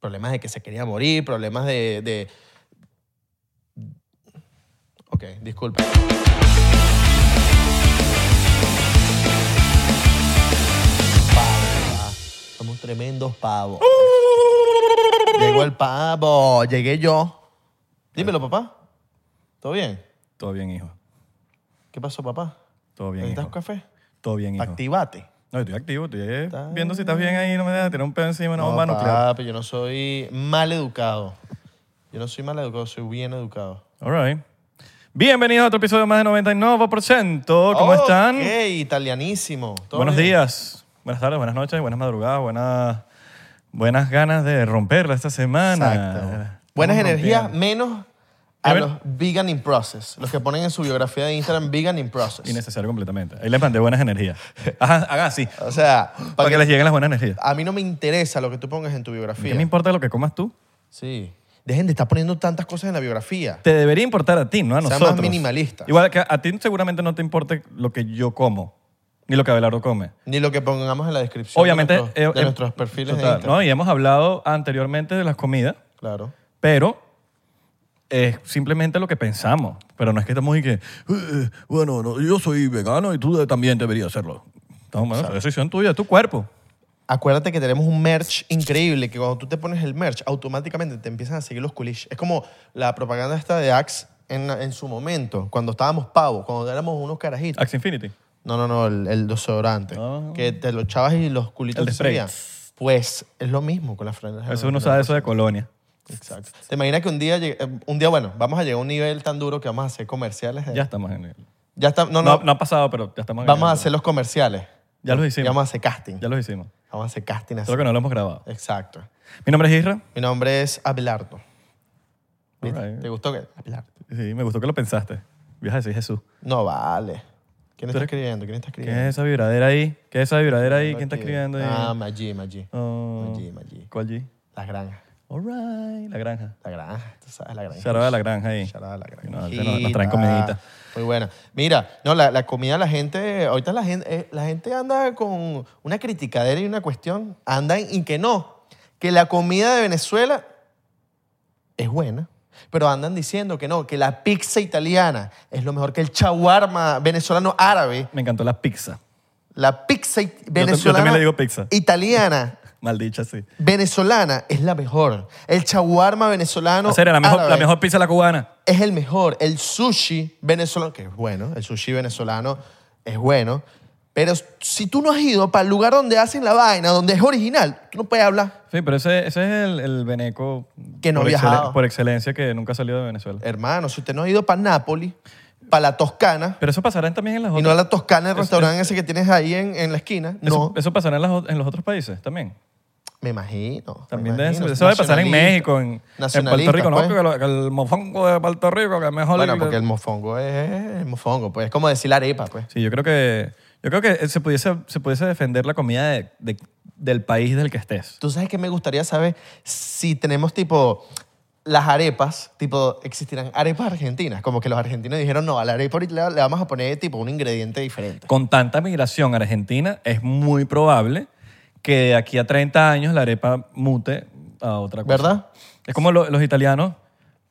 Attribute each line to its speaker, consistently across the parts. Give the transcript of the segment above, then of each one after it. Speaker 1: Problemas de que se quería morir, problemas de... de... Ok, disculpa. Pava. Somos tremendos pavos. Llegó el pavo, llegué yo. Dímelo, papá. ¿Todo bien?
Speaker 2: Todo bien, hijo.
Speaker 1: ¿Qué pasó, papá?
Speaker 2: Todo bien,
Speaker 1: ¿Necesitas un
Speaker 2: hijo.
Speaker 1: café?
Speaker 2: Todo bien, hijo.
Speaker 1: Activate.
Speaker 2: No, estoy activo. Estoy eh,
Speaker 1: Está-
Speaker 2: viendo si estás bien ahí. No me dejas tirar un pedo encima, una bomba nuclear.
Speaker 1: papi, yo no soy mal educado. Yo no soy mal educado, soy bien educado.
Speaker 2: All right. Bienvenidos a otro episodio más de 99%. ¿Cómo están?
Speaker 1: Ok, italianísimo. Oh, eh, ¿Todo
Speaker 2: Buenos
Speaker 1: bien?
Speaker 2: días. Buenas tardes, buenas noches, buenas madrugadas, buenas, buenas ganas de romperla esta semana.
Speaker 1: Exacto.
Speaker 2: Estamos
Speaker 1: Buenas energías,
Speaker 2: rompiendo.
Speaker 1: menos a
Speaker 2: Dime.
Speaker 1: los vegan in process. Los que ponen en su biografía de Instagram vegan in process.
Speaker 2: Innecesario completamente. Ahí les mandé buenas energías. Ajá, hagan así. Para,
Speaker 1: O sea, para
Speaker 2: que,
Speaker 1: que-
Speaker 2: les lleguen las buenas energías.
Speaker 1: a mí no me interesa lo que tú pongas en tu
Speaker 2: ¿Qué me
Speaker 1: biografía.
Speaker 2: importa lo que comas tú?
Speaker 1: Sí. Dejen de estar poniendo tantas cosas en la biografía.
Speaker 2: Te debería importar a ti, no a
Speaker 1: Sea más
Speaker 2: nosotros.
Speaker 1: minimalista.
Speaker 2: Igual que a ti seguramente no te importe lo que yo como, ni lo que Abelardo come.
Speaker 1: Ni lo que pongamos en la descripción
Speaker 2: Obviamente.
Speaker 1: de nuestros, de
Speaker 2: eh, eh,
Speaker 1: nuestros perfiles de
Speaker 2: total,
Speaker 1: Instagram.
Speaker 2: ¿no? Y hemos hablado anteriormente de las comidas,
Speaker 1: Claro.
Speaker 2: pero es simplemente lo que pensamos. Pero no es que estamos y que, "Eh, bueno, no, yo soy vegano y tú también deberías hacerlo. No, bueno, es decisión tuya, es tu cuerpo.
Speaker 1: Acuérdate que tenemos un merch increíble que cuando tú te pones el merch, automáticamente te empiezan a seguir los coolish. Es como la propaganda esta de Axe en, en su momento, cuando estábamos pavos, cuando éramos unos carajitos.
Speaker 2: Axe Infinity.
Speaker 1: No, no, no, el, el desodorante.
Speaker 2: Ah.
Speaker 1: Que te lo echabas y los culitos
Speaker 2: El
Speaker 1: te
Speaker 2: de spray.
Speaker 1: salían. Pues es lo mismo con las frenas.
Speaker 2: Eso uno sabe eso de colonia.
Speaker 1: Exacto. ¿Te imaginas que un día, llegue- eh, un día, bueno, vamos a llegar a un nivel tan duro que vamos a hacer comerciales? de-
Speaker 2: Ya estamos en el.
Speaker 1: Ya está, no,
Speaker 2: No,
Speaker 1: no,
Speaker 2: no ha pasado, pero ya estamos en
Speaker 1: vamos
Speaker 2: el-
Speaker 1: a hacer los comerciales.
Speaker 2: Ya los
Speaker 1: Y vamos a
Speaker 2: hicimos.
Speaker 1: hacer casting.
Speaker 2: Ya los hicimos.
Speaker 1: Vamos a hacer casting así.
Speaker 2: Solo que no lo hemos grabado.
Speaker 1: Exacto.
Speaker 2: Mi nombre es Isra.
Speaker 1: Mi nombre es Abelardo. ¿Viste?
Speaker 2: Alright.
Speaker 1: ¿Te gustó que? Abelardo.
Speaker 2: Sí, me gustó que lo pensaste. Viaja a decir Jesús.
Speaker 1: No vale. ¿Quién está
Speaker 2: eres-
Speaker 1: escribiendo? ¿Quién está
Speaker 2: ¿Qué
Speaker 1: escribiendo?
Speaker 2: es esa vibradera ahí? ¿Qué es esa vibradera ahí? ¿Quién está
Speaker 1: Aquí.
Speaker 2: escribiendo ahí?
Speaker 1: Ah, Maggi, Maggi.
Speaker 2: Oh.
Speaker 1: Maggi, Maggi.
Speaker 2: ¿Cuál G?
Speaker 1: Las granjas.
Speaker 2: All right. La granja.
Speaker 1: La granja. Tú sabes, la granja.
Speaker 2: Charada de la granja ahí.
Speaker 1: Shout out a la granja.
Speaker 2: No, ahorita nos- nos traen comidita.
Speaker 1: Muy buena. Mira, no, la, la comida, la gente, ahorita la gente, eh, la gente anda con una criticadera y una cuestión. Andan y que no, que la comida de Venezuela es buena. Pero andan diciendo que no, que la pizza italiana es lo mejor que el chaguarma venezolano árabe.
Speaker 2: Me encantó la pizza.
Speaker 1: La pizza it-
Speaker 2: también
Speaker 1: venezolana.
Speaker 2: le digo pizza.
Speaker 1: Italiana,
Speaker 2: Maldicha, sí.
Speaker 1: venezolana es la mejor. El chaguarma venezolano.
Speaker 2: en serio, la mejor,
Speaker 1: árabe
Speaker 2: la mejor pizza es la cubana.
Speaker 1: es el mejor. El sushi venezolano, que es bueno, el sushi venezolano es bueno, pero si tú no has ido para el lugar donde hacen la vaina, donde es original, tú no puedes hablar.
Speaker 2: Sí, pero ese, ese es el, el veneco
Speaker 1: Que no
Speaker 2: por,
Speaker 1: ha viajado.
Speaker 2: por excelencia que nunca ha salido de Venezuela.
Speaker 1: Hermano, si usted no ha ido para Nápoles, para la Toscana,
Speaker 2: Pero eso pasará también en las
Speaker 1: y no a
Speaker 2: otras.
Speaker 1: la Toscana, el
Speaker 2: Eso-
Speaker 1: restaurante ese que tienes ahí en, en la esquina,
Speaker 2: eso,
Speaker 1: no,
Speaker 2: eso pasará en, las o- en los otros países también.
Speaker 1: me imagino.
Speaker 2: También
Speaker 1: me
Speaker 2: de eso.
Speaker 1: imagino.
Speaker 2: Eso debe pasar en
Speaker 1: Nacionalista.
Speaker 2: México, en, en Puerto
Speaker 1: Nacionalista,
Speaker 2: Rico. No,
Speaker 1: pues.
Speaker 2: porque lo- que el mofongo de Puerto Rico, que es mejor.
Speaker 1: Bueno,
Speaker 2: que-
Speaker 1: porque el mofongo es el mofongo, pues es como decir la arepa, pues.
Speaker 2: Sí, yo creo que, yo creo que se, pudiese, se pudiese defender la comida de- de- del país del que estés.
Speaker 1: Tú sabes que me gustaría saber si tenemos tipo las arepas, tipo, existirán arepas argentinas. Como que los argentinos dijeron, no, a la arepa ahorita le le vamos a poner tipo un ingrediente diferente.
Speaker 2: Con tanta migración argentina, es muy probable que de aquí a 30 años la arepa mute a otra cosa.
Speaker 1: ¿Verdad?
Speaker 2: Es como lo- los italianos,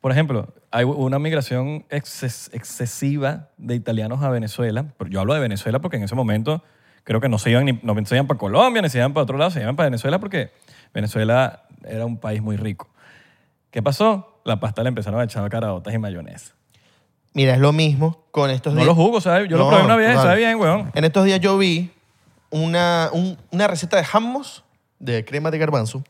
Speaker 2: por ejemplo, hay una migración exces- excesiva de italianos a Venezuela. Pero Yo hablo de Venezuela porque en ese momento creo que no se iban, ni, no se iban para Colombia, ni se iban para otro lado, se iban para Venezuela porque Venezuela era un país muy rico. ¿Qué pasó? La pasta le empezaron a echar caraotas y mayonesa.
Speaker 1: Mira, es lo mismo con estos
Speaker 2: No
Speaker 1: días.
Speaker 2: lo juzgo, ¿sabes? Yo lo
Speaker 1: No,
Speaker 2: probé una vez,
Speaker 1: total.
Speaker 2: sabe bien, weón.
Speaker 1: En estos días yo vi una, un- una receta de hummus, de crema de garbanzo,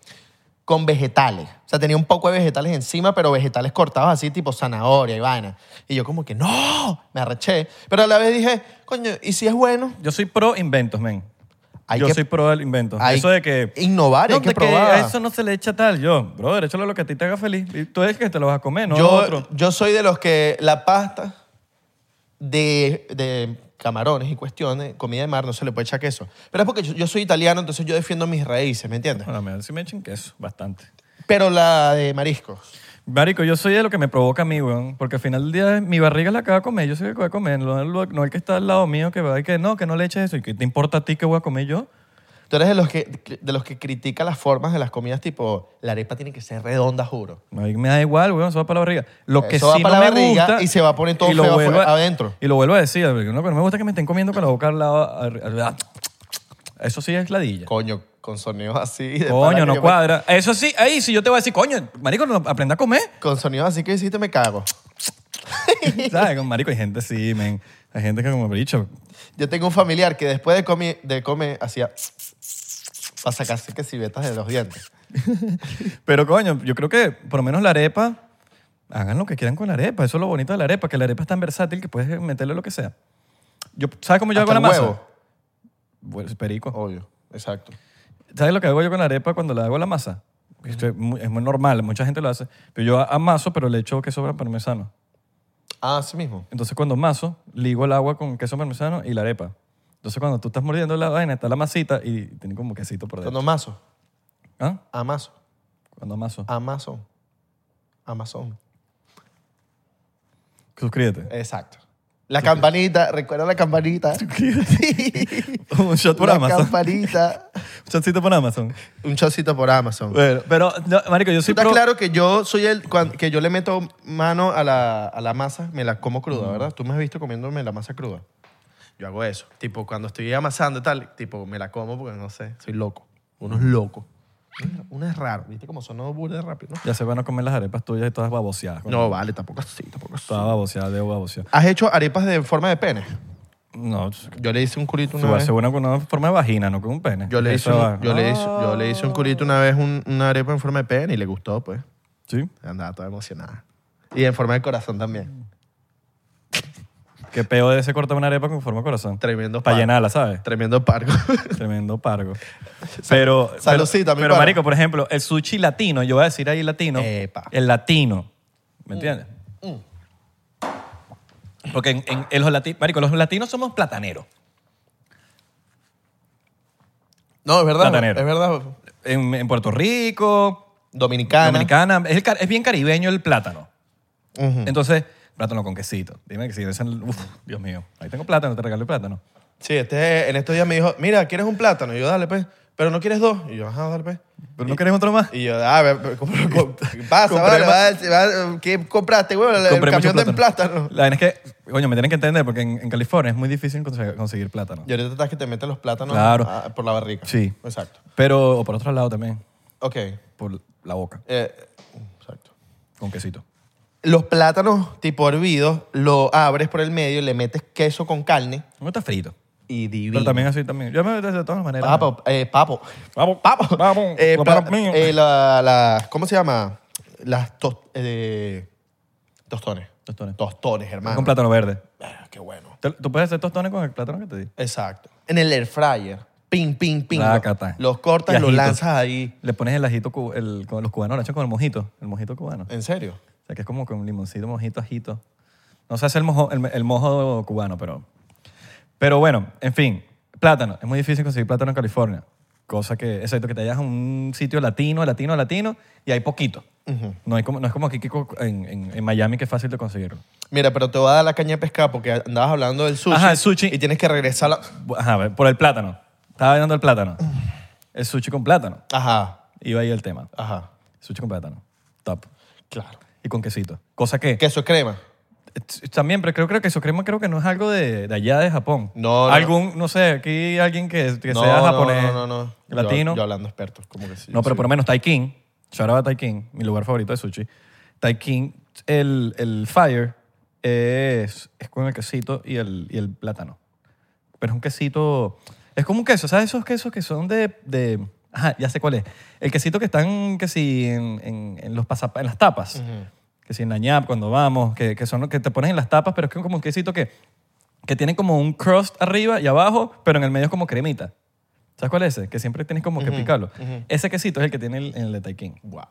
Speaker 1: con vegetales. O sea, tenía un poco de vegetales encima, pero vegetales cortados así, tipo zanahoria y vaina. Y yo como que, no, me arreché. Pero a la vez dije, coño, ¿y si es bueno?
Speaker 2: Yo soy pro inventos, men.
Speaker 1: Hay
Speaker 2: Yo
Speaker 1: que-
Speaker 2: soy pro del invento.
Speaker 1: hay
Speaker 2: Eso de que...
Speaker 1: innovar,
Speaker 2: no,
Speaker 1: hay que
Speaker 2: de
Speaker 1: probar.
Speaker 2: a eso no se le echa tal. Yo, brother, échale lo que a ti te haga feliz. Y tú es que te lo vas a comer, no
Speaker 1: yo,
Speaker 2: otro.
Speaker 1: yo soy de los que la pasta de, de camarones y cuestiones, comida de mar, no se le puede echar queso. Pero es porque yo, yo soy italiano, entonces yo defiendo mis raíces, ¿me entiendes?
Speaker 2: Bueno, me, sí me echen queso, bastante.
Speaker 1: Pero la de mariscos.
Speaker 2: Marico, yo soy de lo que me provoca a mí, weón. Porque al final del día mi barriga la acaba de comer, yo soy el que voy a comer. No, el- no el que está al lado mío que va y que no, que no le eches eso. ¿Y qué te importa a ti que voy a comer yo?
Speaker 1: Tú eres de los, que, de los que critica las formas de las comidas, tipo, la arepa tiene que ser redonda, juro.
Speaker 2: A mí me da igual, weón, eso va para la barriga. Lo que
Speaker 1: Eso va
Speaker 2: sí
Speaker 1: para
Speaker 2: no
Speaker 1: la
Speaker 2: me
Speaker 1: barriga
Speaker 2: gusta,
Speaker 1: y se va a poner todo
Speaker 2: y lo
Speaker 1: feo
Speaker 2: vuelvo
Speaker 1: afuera-
Speaker 2: a-
Speaker 1: adentro.
Speaker 2: Y lo vuelvo a decir, porque no, pero me gusta que me estén comiendo con la boca al lado. ar- ar- ar- Eso sí es ladilla.
Speaker 1: Coño, con sonidos así. de pana que
Speaker 2: Coño,
Speaker 1: yo me-
Speaker 2: no cuadra. Eso sí, ahí sí yo te voy a decir, coño, marico, no, aprenda a comer.
Speaker 1: Con sonidos así que hiciste me cago.
Speaker 2: ¿Sabes? Con marico hay gente sí, men. Hay gente que como he dicho,
Speaker 1: Yo tengo un familiar que después de, comi- de comer hacía para sacarse que civetas de los dientes.
Speaker 2: Pero coño, yo creo que por lo menos la arepa, hagan lo que quieran con la arepa. Eso es lo bonito de la arepa, que la arepa es tan versátil que puedes meterle lo que sea. Yo, ¿Sabes cómo yo hago
Speaker 1: Hasta
Speaker 2: la
Speaker 1: el
Speaker 2: masa?
Speaker 1: huevo.
Speaker 2: Bueno, perico.
Speaker 1: Obvio, exacto.
Speaker 2: ¿Sabes lo que hago yo con la arepa cuando la hago la masa? Esto es, muy, es muy normal, mucha gente lo hace. Pero yo amaso, pero le echo queso parmesano.
Speaker 1: Ah, así mismo.
Speaker 2: Entonces cuando amaso, ligo el agua con queso parmesano y la arepa. Entonces cuando tú estás mordiendo la vaina, está la masita y tiene como quesito por dentro.
Speaker 1: Cuando mazo,
Speaker 2: ¿Ah?
Speaker 1: amazo,
Speaker 2: Cuando amaso.
Speaker 1: amazon, amazon.
Speaker 2: Suscríbete.
Speaker 1: Exacto. La campanita, recuerda la campanita.
Speaker 2: Un shot por
Speaker 1: la
Speaker 2: Amazon.
Speaker 1: campanita.
Speaker 2: Un shotcito por Amazon.
Speaker 1: Un chocito por Amazon.
Speaker 2: Bueno, pero, no, marico, yo
Speaker 1: ¿Tú
Speaker 2: soy
Speaker 1: estás
Speaker 2: pro-
Speaker 1: claro que yo soy el cuan- que yo le meto mano a la, a la masa, me la como cruda, ¿verdad? Tú me has visto comiéndome la masa cruda. Yo hago eso. Tipo, cuando estoy amasando y tal, tipo, me la como porque no sé, soy loco. Uno es loco. Uno- Uno es raro. ¿Viste cómo sonó burda de rápido?
Speaker 2: Ya se van a comer las arepas tuyas y todas baboseadas.
Speaker 1: No,
Speaker 2: con-
Speaker 1: no vale, tampoco así, tampoco así.
Speaker 2: Todas baboseadas, de baboseadas.
Speaker 1: ¿Has hecho arepas de forma de pene?
Speaker 2: No,
Speaker 1: Yo le hice un culito una
Speaker 2: se
Speaker 1: vez.
Speaker 2: hace una con una forma de vagina, no con un pene.
Speaker 1: Yo le, hice
Speaker 2: Eso
Speaker 1: un,
Speaker 2: va. Ah.
Speaker 1: yo, le hice, yo le hice un culito una vez un- una arepa en forma de pene y le gustó, pues.
Speaker 2: Sí.
Speaker 1: Andaba toda emocionada. Y en forma de corazón también.
Speaker 2: Qué peo de ese cortar una arepa con forma de corazón.
Speaker 1: Tremendo
Speaker 2: Para
Speaker 1: palo.
Speaker 2: llenarla, ¿sabes?
Speaker 1: Tremendo pargo.
Speaker 2: Tremendo pargo. Pero.
Speaker 1: saludcita, mi
Speaker 2: Pero, pero
Speaker 1: pana.
Speaker 2: marico, por ejemplo, el sushi latino, yo voy a decir ahí latino.
Speaker 1: Epa. Mm,
Speaker 2: El latino. ¿Me entiendes? Porque en, en- en los latinos, marico, los latinos somos plataneros.
Speaker 1: No, es verdad.
Speaker 2: Platanero.
Speaker 1: Es verdad.
Speaker 2: En, en Puerto Rico,
Speaker 1: Dominicana.
Speaker 2: Dominicana. Es, el ca- es bien caribeño el plátano.
Speaker 1: Ujú.
Speaker 2: Entonces, plátano con quesito. Dime que si ese- uf, Dios mío. Ahí tengo plátano, te regalo el plátano.
Speaker 1: Sí, este, en estos días me dijo, mira, ¿quieres un plátano? Y yo, dale, pues. Pero no quieres dos. Y yo, ajá, dale, pues.
Speaker 2: ¿Pero no quieres otro más?
Speaker 1: Y yo, ah, ve- ve- compro- com- pasa,
Speaker 2: Compré
Speaker 1: vale,
Speaker 2: más-
Speaker 1: vale, vale, ¿qué compraste, güey? El,
Speaker 2: Compré mucho
Speaker 1: camión de plátano.
Speaker 2: La verdad es que, coño, me tienen que entender porque en, en California es muy difícil conse- conseguir plátano.
Speaker 1: Y ahorita estás que te meten los plátanos
Speaker 2: Claro.
Speaker 1: ah, por la barriga.
Speaker 2: Sí.
Speaker 1: Exacto.
Speaker 2: Pero, o por otro lado también,
Speaker 1: Ok.
Speaker 2: por la boca,
Speaker 1: Eh, exacto.
Speaker 2: con quesito.
Speaker 1: Los plátanos tipo hervidos, lo abres por el medio, le metes queso con carne
Speaker 2: No está frito.
Speaker 1: y divino.
Speaker 2: Pero también así también. Yo me meto de todas maneras.
Speaker 1: Papo, eh, papo.
Speaker 2: Papo.
Speaker 1: Papo.
Speaker 2: Papo.
Speaker 1: Eh,
Speaker 2: Lo
Speaker 1: pla-
Speaker 2: para mí.
Speaker 1: eh, la- la- ¿Cómo se llama? Las tos- eh, tostones.
Speaker 2: Tostones.
Speaker 1: Tostones, hermano.
Speaker 2: Con plátano verde.
Speaker 1: Ah, Qué bueno.
Speaker 2: Te- Tú puedes hacer tostones con el plátano que te di.
Speaker 1: Exacto. En el air fryer. Ping, ping, ping.
Speaker 2: Rácata.
Speaker 1: Los cortas,
Speaker 2: Y
Speaker 1: los
Speaker 2: ajitos.
Speaker 1: lanzas ahí.
Speaker 2: Le pones el ajito, cu- el, con los cubanos, lo echan con el mojito, el mojito cubano.
Speaker 1: ¿En serio?
Speaker 2: O sea, que es como con limoncito, mojito, ajito. No se hace el mojo, el, el mojo cubano, pero... Pero bueno, en fin, plátano. Es muy difícil conseguir plátano en California. Cosa que, exacto, que te hallas a un sitio latino, latino, latino, y hay poquito. no, hay como, no es como aquí que co- en, en- en Miami que es fácil de conseguirlo.
Speaker 1: Mira, pero te voy a dar la caña de pescado porque andabas hablando del sushi.
Speaker 2: Ajá, el sushi.
Speaker 1: Y tienes que regresar a la...
Speaker 2: Ajá, a ver, por el plátano. Estaba dando el plátano. El sushi con plátano.
Speaker 1: Ajá,
Speaker 2: Iba ahí el tema.
Speaker 1: ajá.
Speaker 2: Sushi con plátano. Top.
Speaker 1: Claro.
Speaker 2: Y con quesito. Cosa que...
Speaker 1: Queso crema.
Speaker 2: Eh, También, pero creo, creo que eso crema creo que no es algo de, de allá de Japón.
Speaker 1: No, no.
Speaker 2: Algún, no sé, aquí alguien que, que
Speaker 1: No,
Speaker 2: sea
Speaker 1: no,
Speaker 2: japonés,
Speaker 1: No, no, no. Yo-
Speaker 2: latino.
Speaker 1: Yo, hablando experto. Como que sí,
Speaker 2: no, pero
Speaker 1: sí.
Speaker 2: por lo menos Taikin, shout out a Taikin, mi lugar favorito de sushi. Taikin, el, el fire es, es con el quesito y el, y el plátano. Pero es un quesito, es como un queso, ¿sabes esos quesos que son de, de- ajá, ya sé cuál es. El quesito que están, que si, en, en, en los pasapa- en las tapas que si en la ñap cuando vamos, que, que son los que te pones en las tapas, pero es que es como un quesito que, que tiene como un crust arriba y abajo, pero en el medio es como cremita. ¿Sabes cuál es ese? Que siempre tienes como que picarlo. Ese quesito es el que tiene el, en el de Taikin.
Speaker 1: Wow.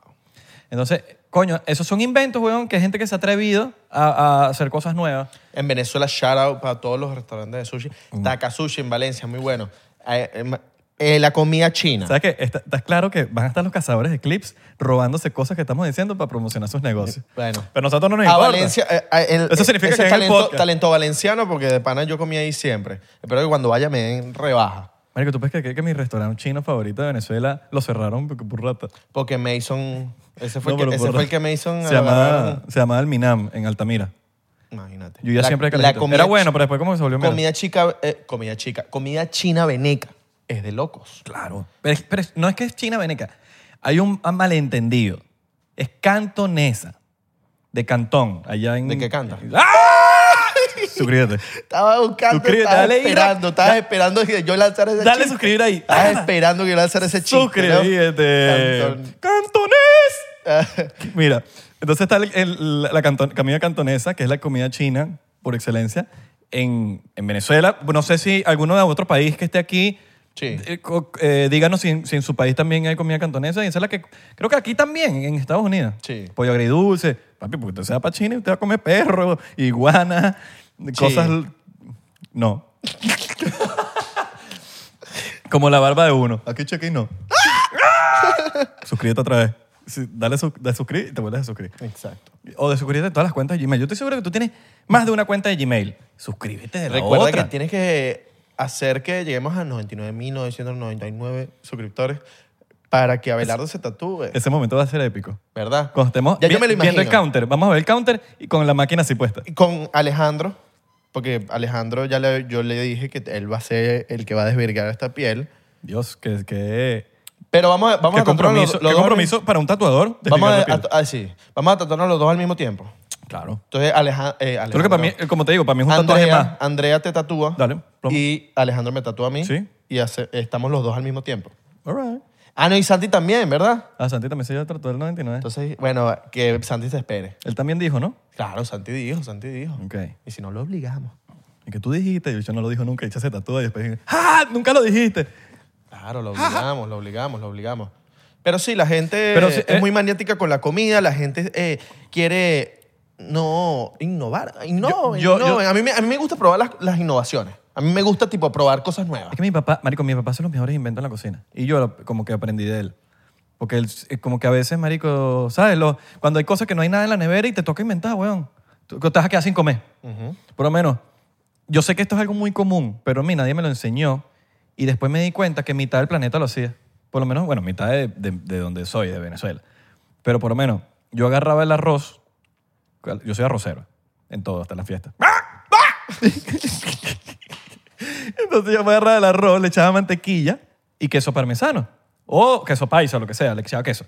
Speaker 2: Entonces, coño, esos son inventos, weón, que hay gente que se ha atrevido a, a hacer cosas nuevas.
Speaker 1: En Venezuela, shout out para todos los restaurantes de sushi.
Speaker 2: Mm.
Speaker 1: Taka Sushi en Valencia, muy bueno. Eh, eh, ma- eh, la comida china.
Speaker 2: ¿Sabes qué? Está- Estás claro que van a estar los cazadores de clips robándose cosas que estamos diciendo para promocionar sus negocios.
Speaker 1: Bueno.
Speaker 2: Pero nosotros no nos
Speaker 1: a
Speaker 2: importa.
Speaker 1: Valencia, eh, eh, el-
Speaker 2: Eso significa
Speaker 1: ese
Speaker 2: que en el
Speaker 1: talento,
Speaker 2: podcast.
Speaker 1: talento valenciano, porque de pana yo comía ahí siempre. Espero que cuando vaya me den rebaja.
Speaker 2: Marico, ¿tú puedes creer que, que mi restaurante chino favorito de Venezuela lo cerraron porque por rata?
Speaker 1: Porque Mason. Ese fue,
Speaker 2: No,
Speaker 1: el,
Speaker 2: pero
Speaker 1: que, ese
Speaker 2: por
Speaker 1: fue el
Speaker 2: rata.
Speaker 1: que Mason.
Speaker 2: Se llamaba, se llamaba el Minam en Altamira.
Speaker 1: Imagínate.
Speaker 2: Yo ya
Speaker 1: La-
Speaker 2: siempre
Speaker 1: la
Speaker 2: carajito.
Speaker 1: comida
Speaker 2: Era bueno, pero después como que se volvió
Speaker 1: chi-
Speaker 2: mierda.
Speaker 1: Comida chica. eh, comida chica. Comida china veneca. Es de locos.
Speaker 2: Claro. Pero, es- pero es- no es que es china veneca. Hay un malentendido. Es cantonesa. De Cantón. Allá en...
Speaker 1: ¿De qué canta?
Speaker 2: ¡Ah! Suscríbete.
Speaker 1: Estaba buscando.
Speaker 2: Suscríbete,
Speaker 1: Estaba
Speaker 2: dale ir a-
Speaker 1: esperando. Estabas esperando que yo lanzara ese
Speaker 2: Dale
Speaker 1: chiste.
Speaker 2: suscribir ahí.
Speaker 1: Estabas
Speaker 2: Ah,
Speaker 1: esperando que yo lanzara ese chiste. ¿no?
Speaker 2: Suscríbete.
Speaker 1: Cantón.
Speaker 2: ¡Cantonés!
Speaker 1: Ah,
Speaker 2: Mira, entonces está el- el- la, canton- comida cantonesa, que es la comida china por excelencia, en, en Venezuela. No sé si alguno de otro país que esté aquí,
Speaker 1: Sí.
Speaker 2: eh, co- eh, díganos si, en- si en su país también hay comida cantonesa. Y esa es la que, creo que aquí también, en Estados Unidos.
Speaker 1: Sí.
Speaker 2: Pollo agridulce. Papi, porque usted se va para China y usted va a comer perro, iguana, cosas... l- No. Como la barba de uno. Aquí cheque y no. Suscríbete otra vez. Sí, Dale su, de suscribir y te vuelves a suscribir.
Speaker 1: Exacto.
Speaker 2: O de suscribirte a todas las cuentas de Gmail. Yo estoy seguro que tú tienes más de una cuenta de Gmail. Suscríbete de la
Speaker 1: Recuerda
Speaker 2: otra.
Speaker 1: que tienes que hacer que lleguemos a 99.999 suscriptores para que Abelardo se tatúe.
Speaker 2: Ese momento va a ser épico.
Speaker 1: ¿Verdad?
Speaker 2: Cuando estemos
Speaker 1: ya
Speaker 2: vi-
Speaker 1: yo me lo
Speaker 2: viendo
Speaker 1: imagino.
Speaker 2: el counter. Vamos a ver el counter y con la máquina así puesta.
Speaker 1: Y Con Alejandro, porque Alejandro ya le- yo le dije que él va a ser el que va a desvirgar esta piel.
Speaker 2: Dios, que, que,
Speaker 1: Pero vamos a, vamos
Speaker 2: qué
Speaker 1: a tatuarnos
Speaker 2: compromiso,
Speaker 1: los- los
Speaker 2: qué
Speaker 1: dos al
Speaker 2: compromiso para un tatuador.
Speaker 1: mismo- Vamos a,
Speaker 2: desligar la piel.
Speaker 1: a- ah, sí. vamos a tatuarnos los dos al mismo tiempo.
Speaker 2: Claro.
Speaker 1: Entonces, Aleja- eh, Alejandro.
Speaker 2: Yo creo que para mí, eh, como te digo, para mí es un tatuaje
Speaker 1: Andrea,
Speaker 2: más.
Speaker 1: Andrea te tatúa.
Speaker 2: Dale, plomo.
Speaker 1: Y Alejandro me tatúa a mí.
Speaker 2: Sí.
Speaker 1: Y hace- estamos los dos al mismo tiempo.
Speaker 2: All right.
Speaker 1: Ah, no, y Santi también, ¿verdad?
Speaker 2: Ah, Santi también se lleva el tatuaje del 99.
Speaker 1: Entonces, bueno, que Santi se espere.
Speaker 2: ¿eh? Él también dijo, ¿no?
Speaker 1: Claro, Santi dijo, Santi dijo.
Speaker 2: Ok.
Speaker 1: Y si no lo obligamos.
Speaker 2: Y que tú dijiste, y yo no lo dijo nunca, y ya se tatúa y después dije, ¡ah! Nunca lo dijiste.
Speaker 1: Claro, lo obligamos, lo obligamos, lo obligamos. Pero sí, la gente
Speaker 2: Pero sí,
Speaker 1: es
Speaker 2: eh,
Speaker 1: muy maniática con la comida, la gente eh, quiere no innovar. Innoven,
Speaker 2: Yo- yo-
Speaker 1: innoven. a, mí me, a mí me gusta probar las, las innovaciones. A mí me gusta tipo probar cosas nuevas.
Speaker 2: Es que mi papá, marico, mi papá hace los mejores inventos en la cocina. Y yo lo- como que aprendí de él. Porque él, eh, como que a veces, marico, ¿sabes? Lo- cuando hay cosas que no hay nada en la nevera y te toca inventar, weón. Tú que te vas a quedar sin comer. Por lo menos, yo sé que esto es algo muy común, pero a mí nadie me lo enseñó. Y después me di cuenta que mitad del planeta lo hacía. Por lo menos, bueno, mitad de, de- de donde soy, de Venezuela. Pero por lo menos, yo agarraba el arroz. Yo soy arrocero. En todo, hasta en las fiestas. ¡Ah! Entonces yo me agarraba el arroz, le echaba mantequilla y queso parmesano. O queso paisa, lo que sea, le echaba queso.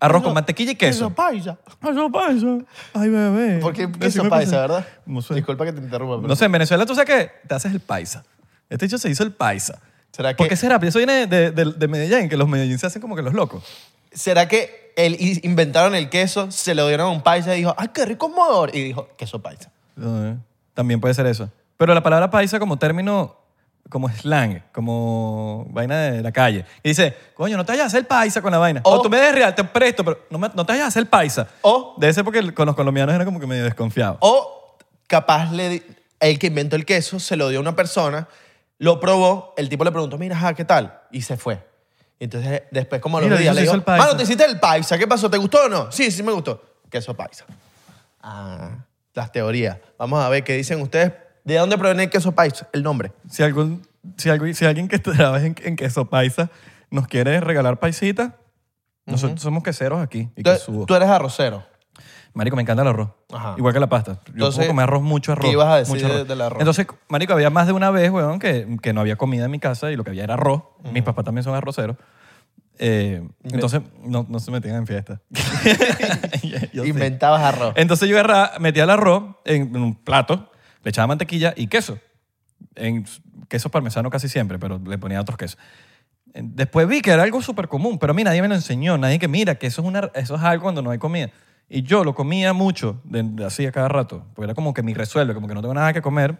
Speaker 2: Arroz con mantequilla y queso.
Speaker 1: Queso paisa.
Speaker 2: Queso paisa. Ay, bebé.
Speaker 1: ¿Por qué
Speaker 2: Decime
Speaker 1: queso paisa,
Speaker 2: cosas.
Speaker 1: verdad?
Speaker 2: No sé.
Speaker 1: Disculpa que te interrumpa. pero-
Speaker 2: No sé, en Venezuela tú sabes que te haces el paisa. Este hecho se hizo el paisa.
Speaker 1: ¿Será
Speaker 2: ¿Por qué
Speaker 1: que,
Speaker 2: será? Eso viene de, de- de Medellín, que los medellín se hacen como que los locos.
Speaker 1: ¿Será que el, i- inventaron el queso, se lo dieron a un paisa y dijo, ¡ay, qué rico Amador! Y dijo, queso paisa.
Speaker 2: Eh, También puede ser eso. Pero la palabra paisa como término, como slang, como vaina de la calle. Y dice, coño, no te vayas a hacer paisa con la vaina. O,
Speaker 1: O-
Speaker 2: tú me des real, te presto, pero no, me- no te vayas a hacer paisa.
Speaker 1: O-
Speaker 2: Debe ser porque el- con los colombianos era como que medio desconfiado.
Speaker 1: O capaz le, di- el que inventó el queso se lo dio a una persona, lo probó, el tipo le preguntó, mira, ajá, ¿qué tal? Y se fue. Y entonces después como a los
Speaker 2: Mira,
Speaker 1: días
Speaker 2: se
Speaker 1: le
Speaker 2: hizo
Speaker 1: digo,
Speaker 2: el paisa.
Speaker 1: mano, te hiciste el paisa, ¿qué pasó? ¿Te gustó o no? Sí, sí me gustó. Queso paisa. Ah, las teorías. Vamos a ver qué dicen ustedes. ¿De dónde proviene el queso paisa? El nombre.
Speaker 2: Si, algún, si, algu- si alguien que trabaja en, en queso paisa nos quiere regalar paisita, nosotros somos queseros aquí. Y
Speaker 1: Tú-
Speaker 2: quesudos.
Speaker 1: tú eres arrocero.
Speaker 2: Marico, me encanta el arroz.
Speaker 1: Ajá.
Speaker 2: Igual que la pasta. Yo
Speaker 1: Entonces,
Speaker 2: puedo comer arroz, mucho arroz.
Speaker 1: ¿qué ibas a decir
Speaker 2: mucho
Speaker 1: de- del arroz?
Speaker 2: Entonces, marico, había más de una vez, weón, que, que no había comida en mi casa y lo que había era arroz. Mis papás también son arroceros. Eh, entonces, no, no se metían en fiesta. Yo sí. Eh,
Speaker 1: Inventabas arroz.
Speaker 2: Entonces yo agarraba, metía el arroz en un plato, le echaba mantequilla y queso. En queso parmesano casi siempre, pero le ponía otros quesos. Después vi que era algo súper común, pero a mí nadie me lo enseñó. Nadie que mira que eso es, una, eso es algo cuando no hay comida. Y yo lo comía mucho, de, de así a cada rato, porque era como que mi resuelve, como que no tengo nada que comer,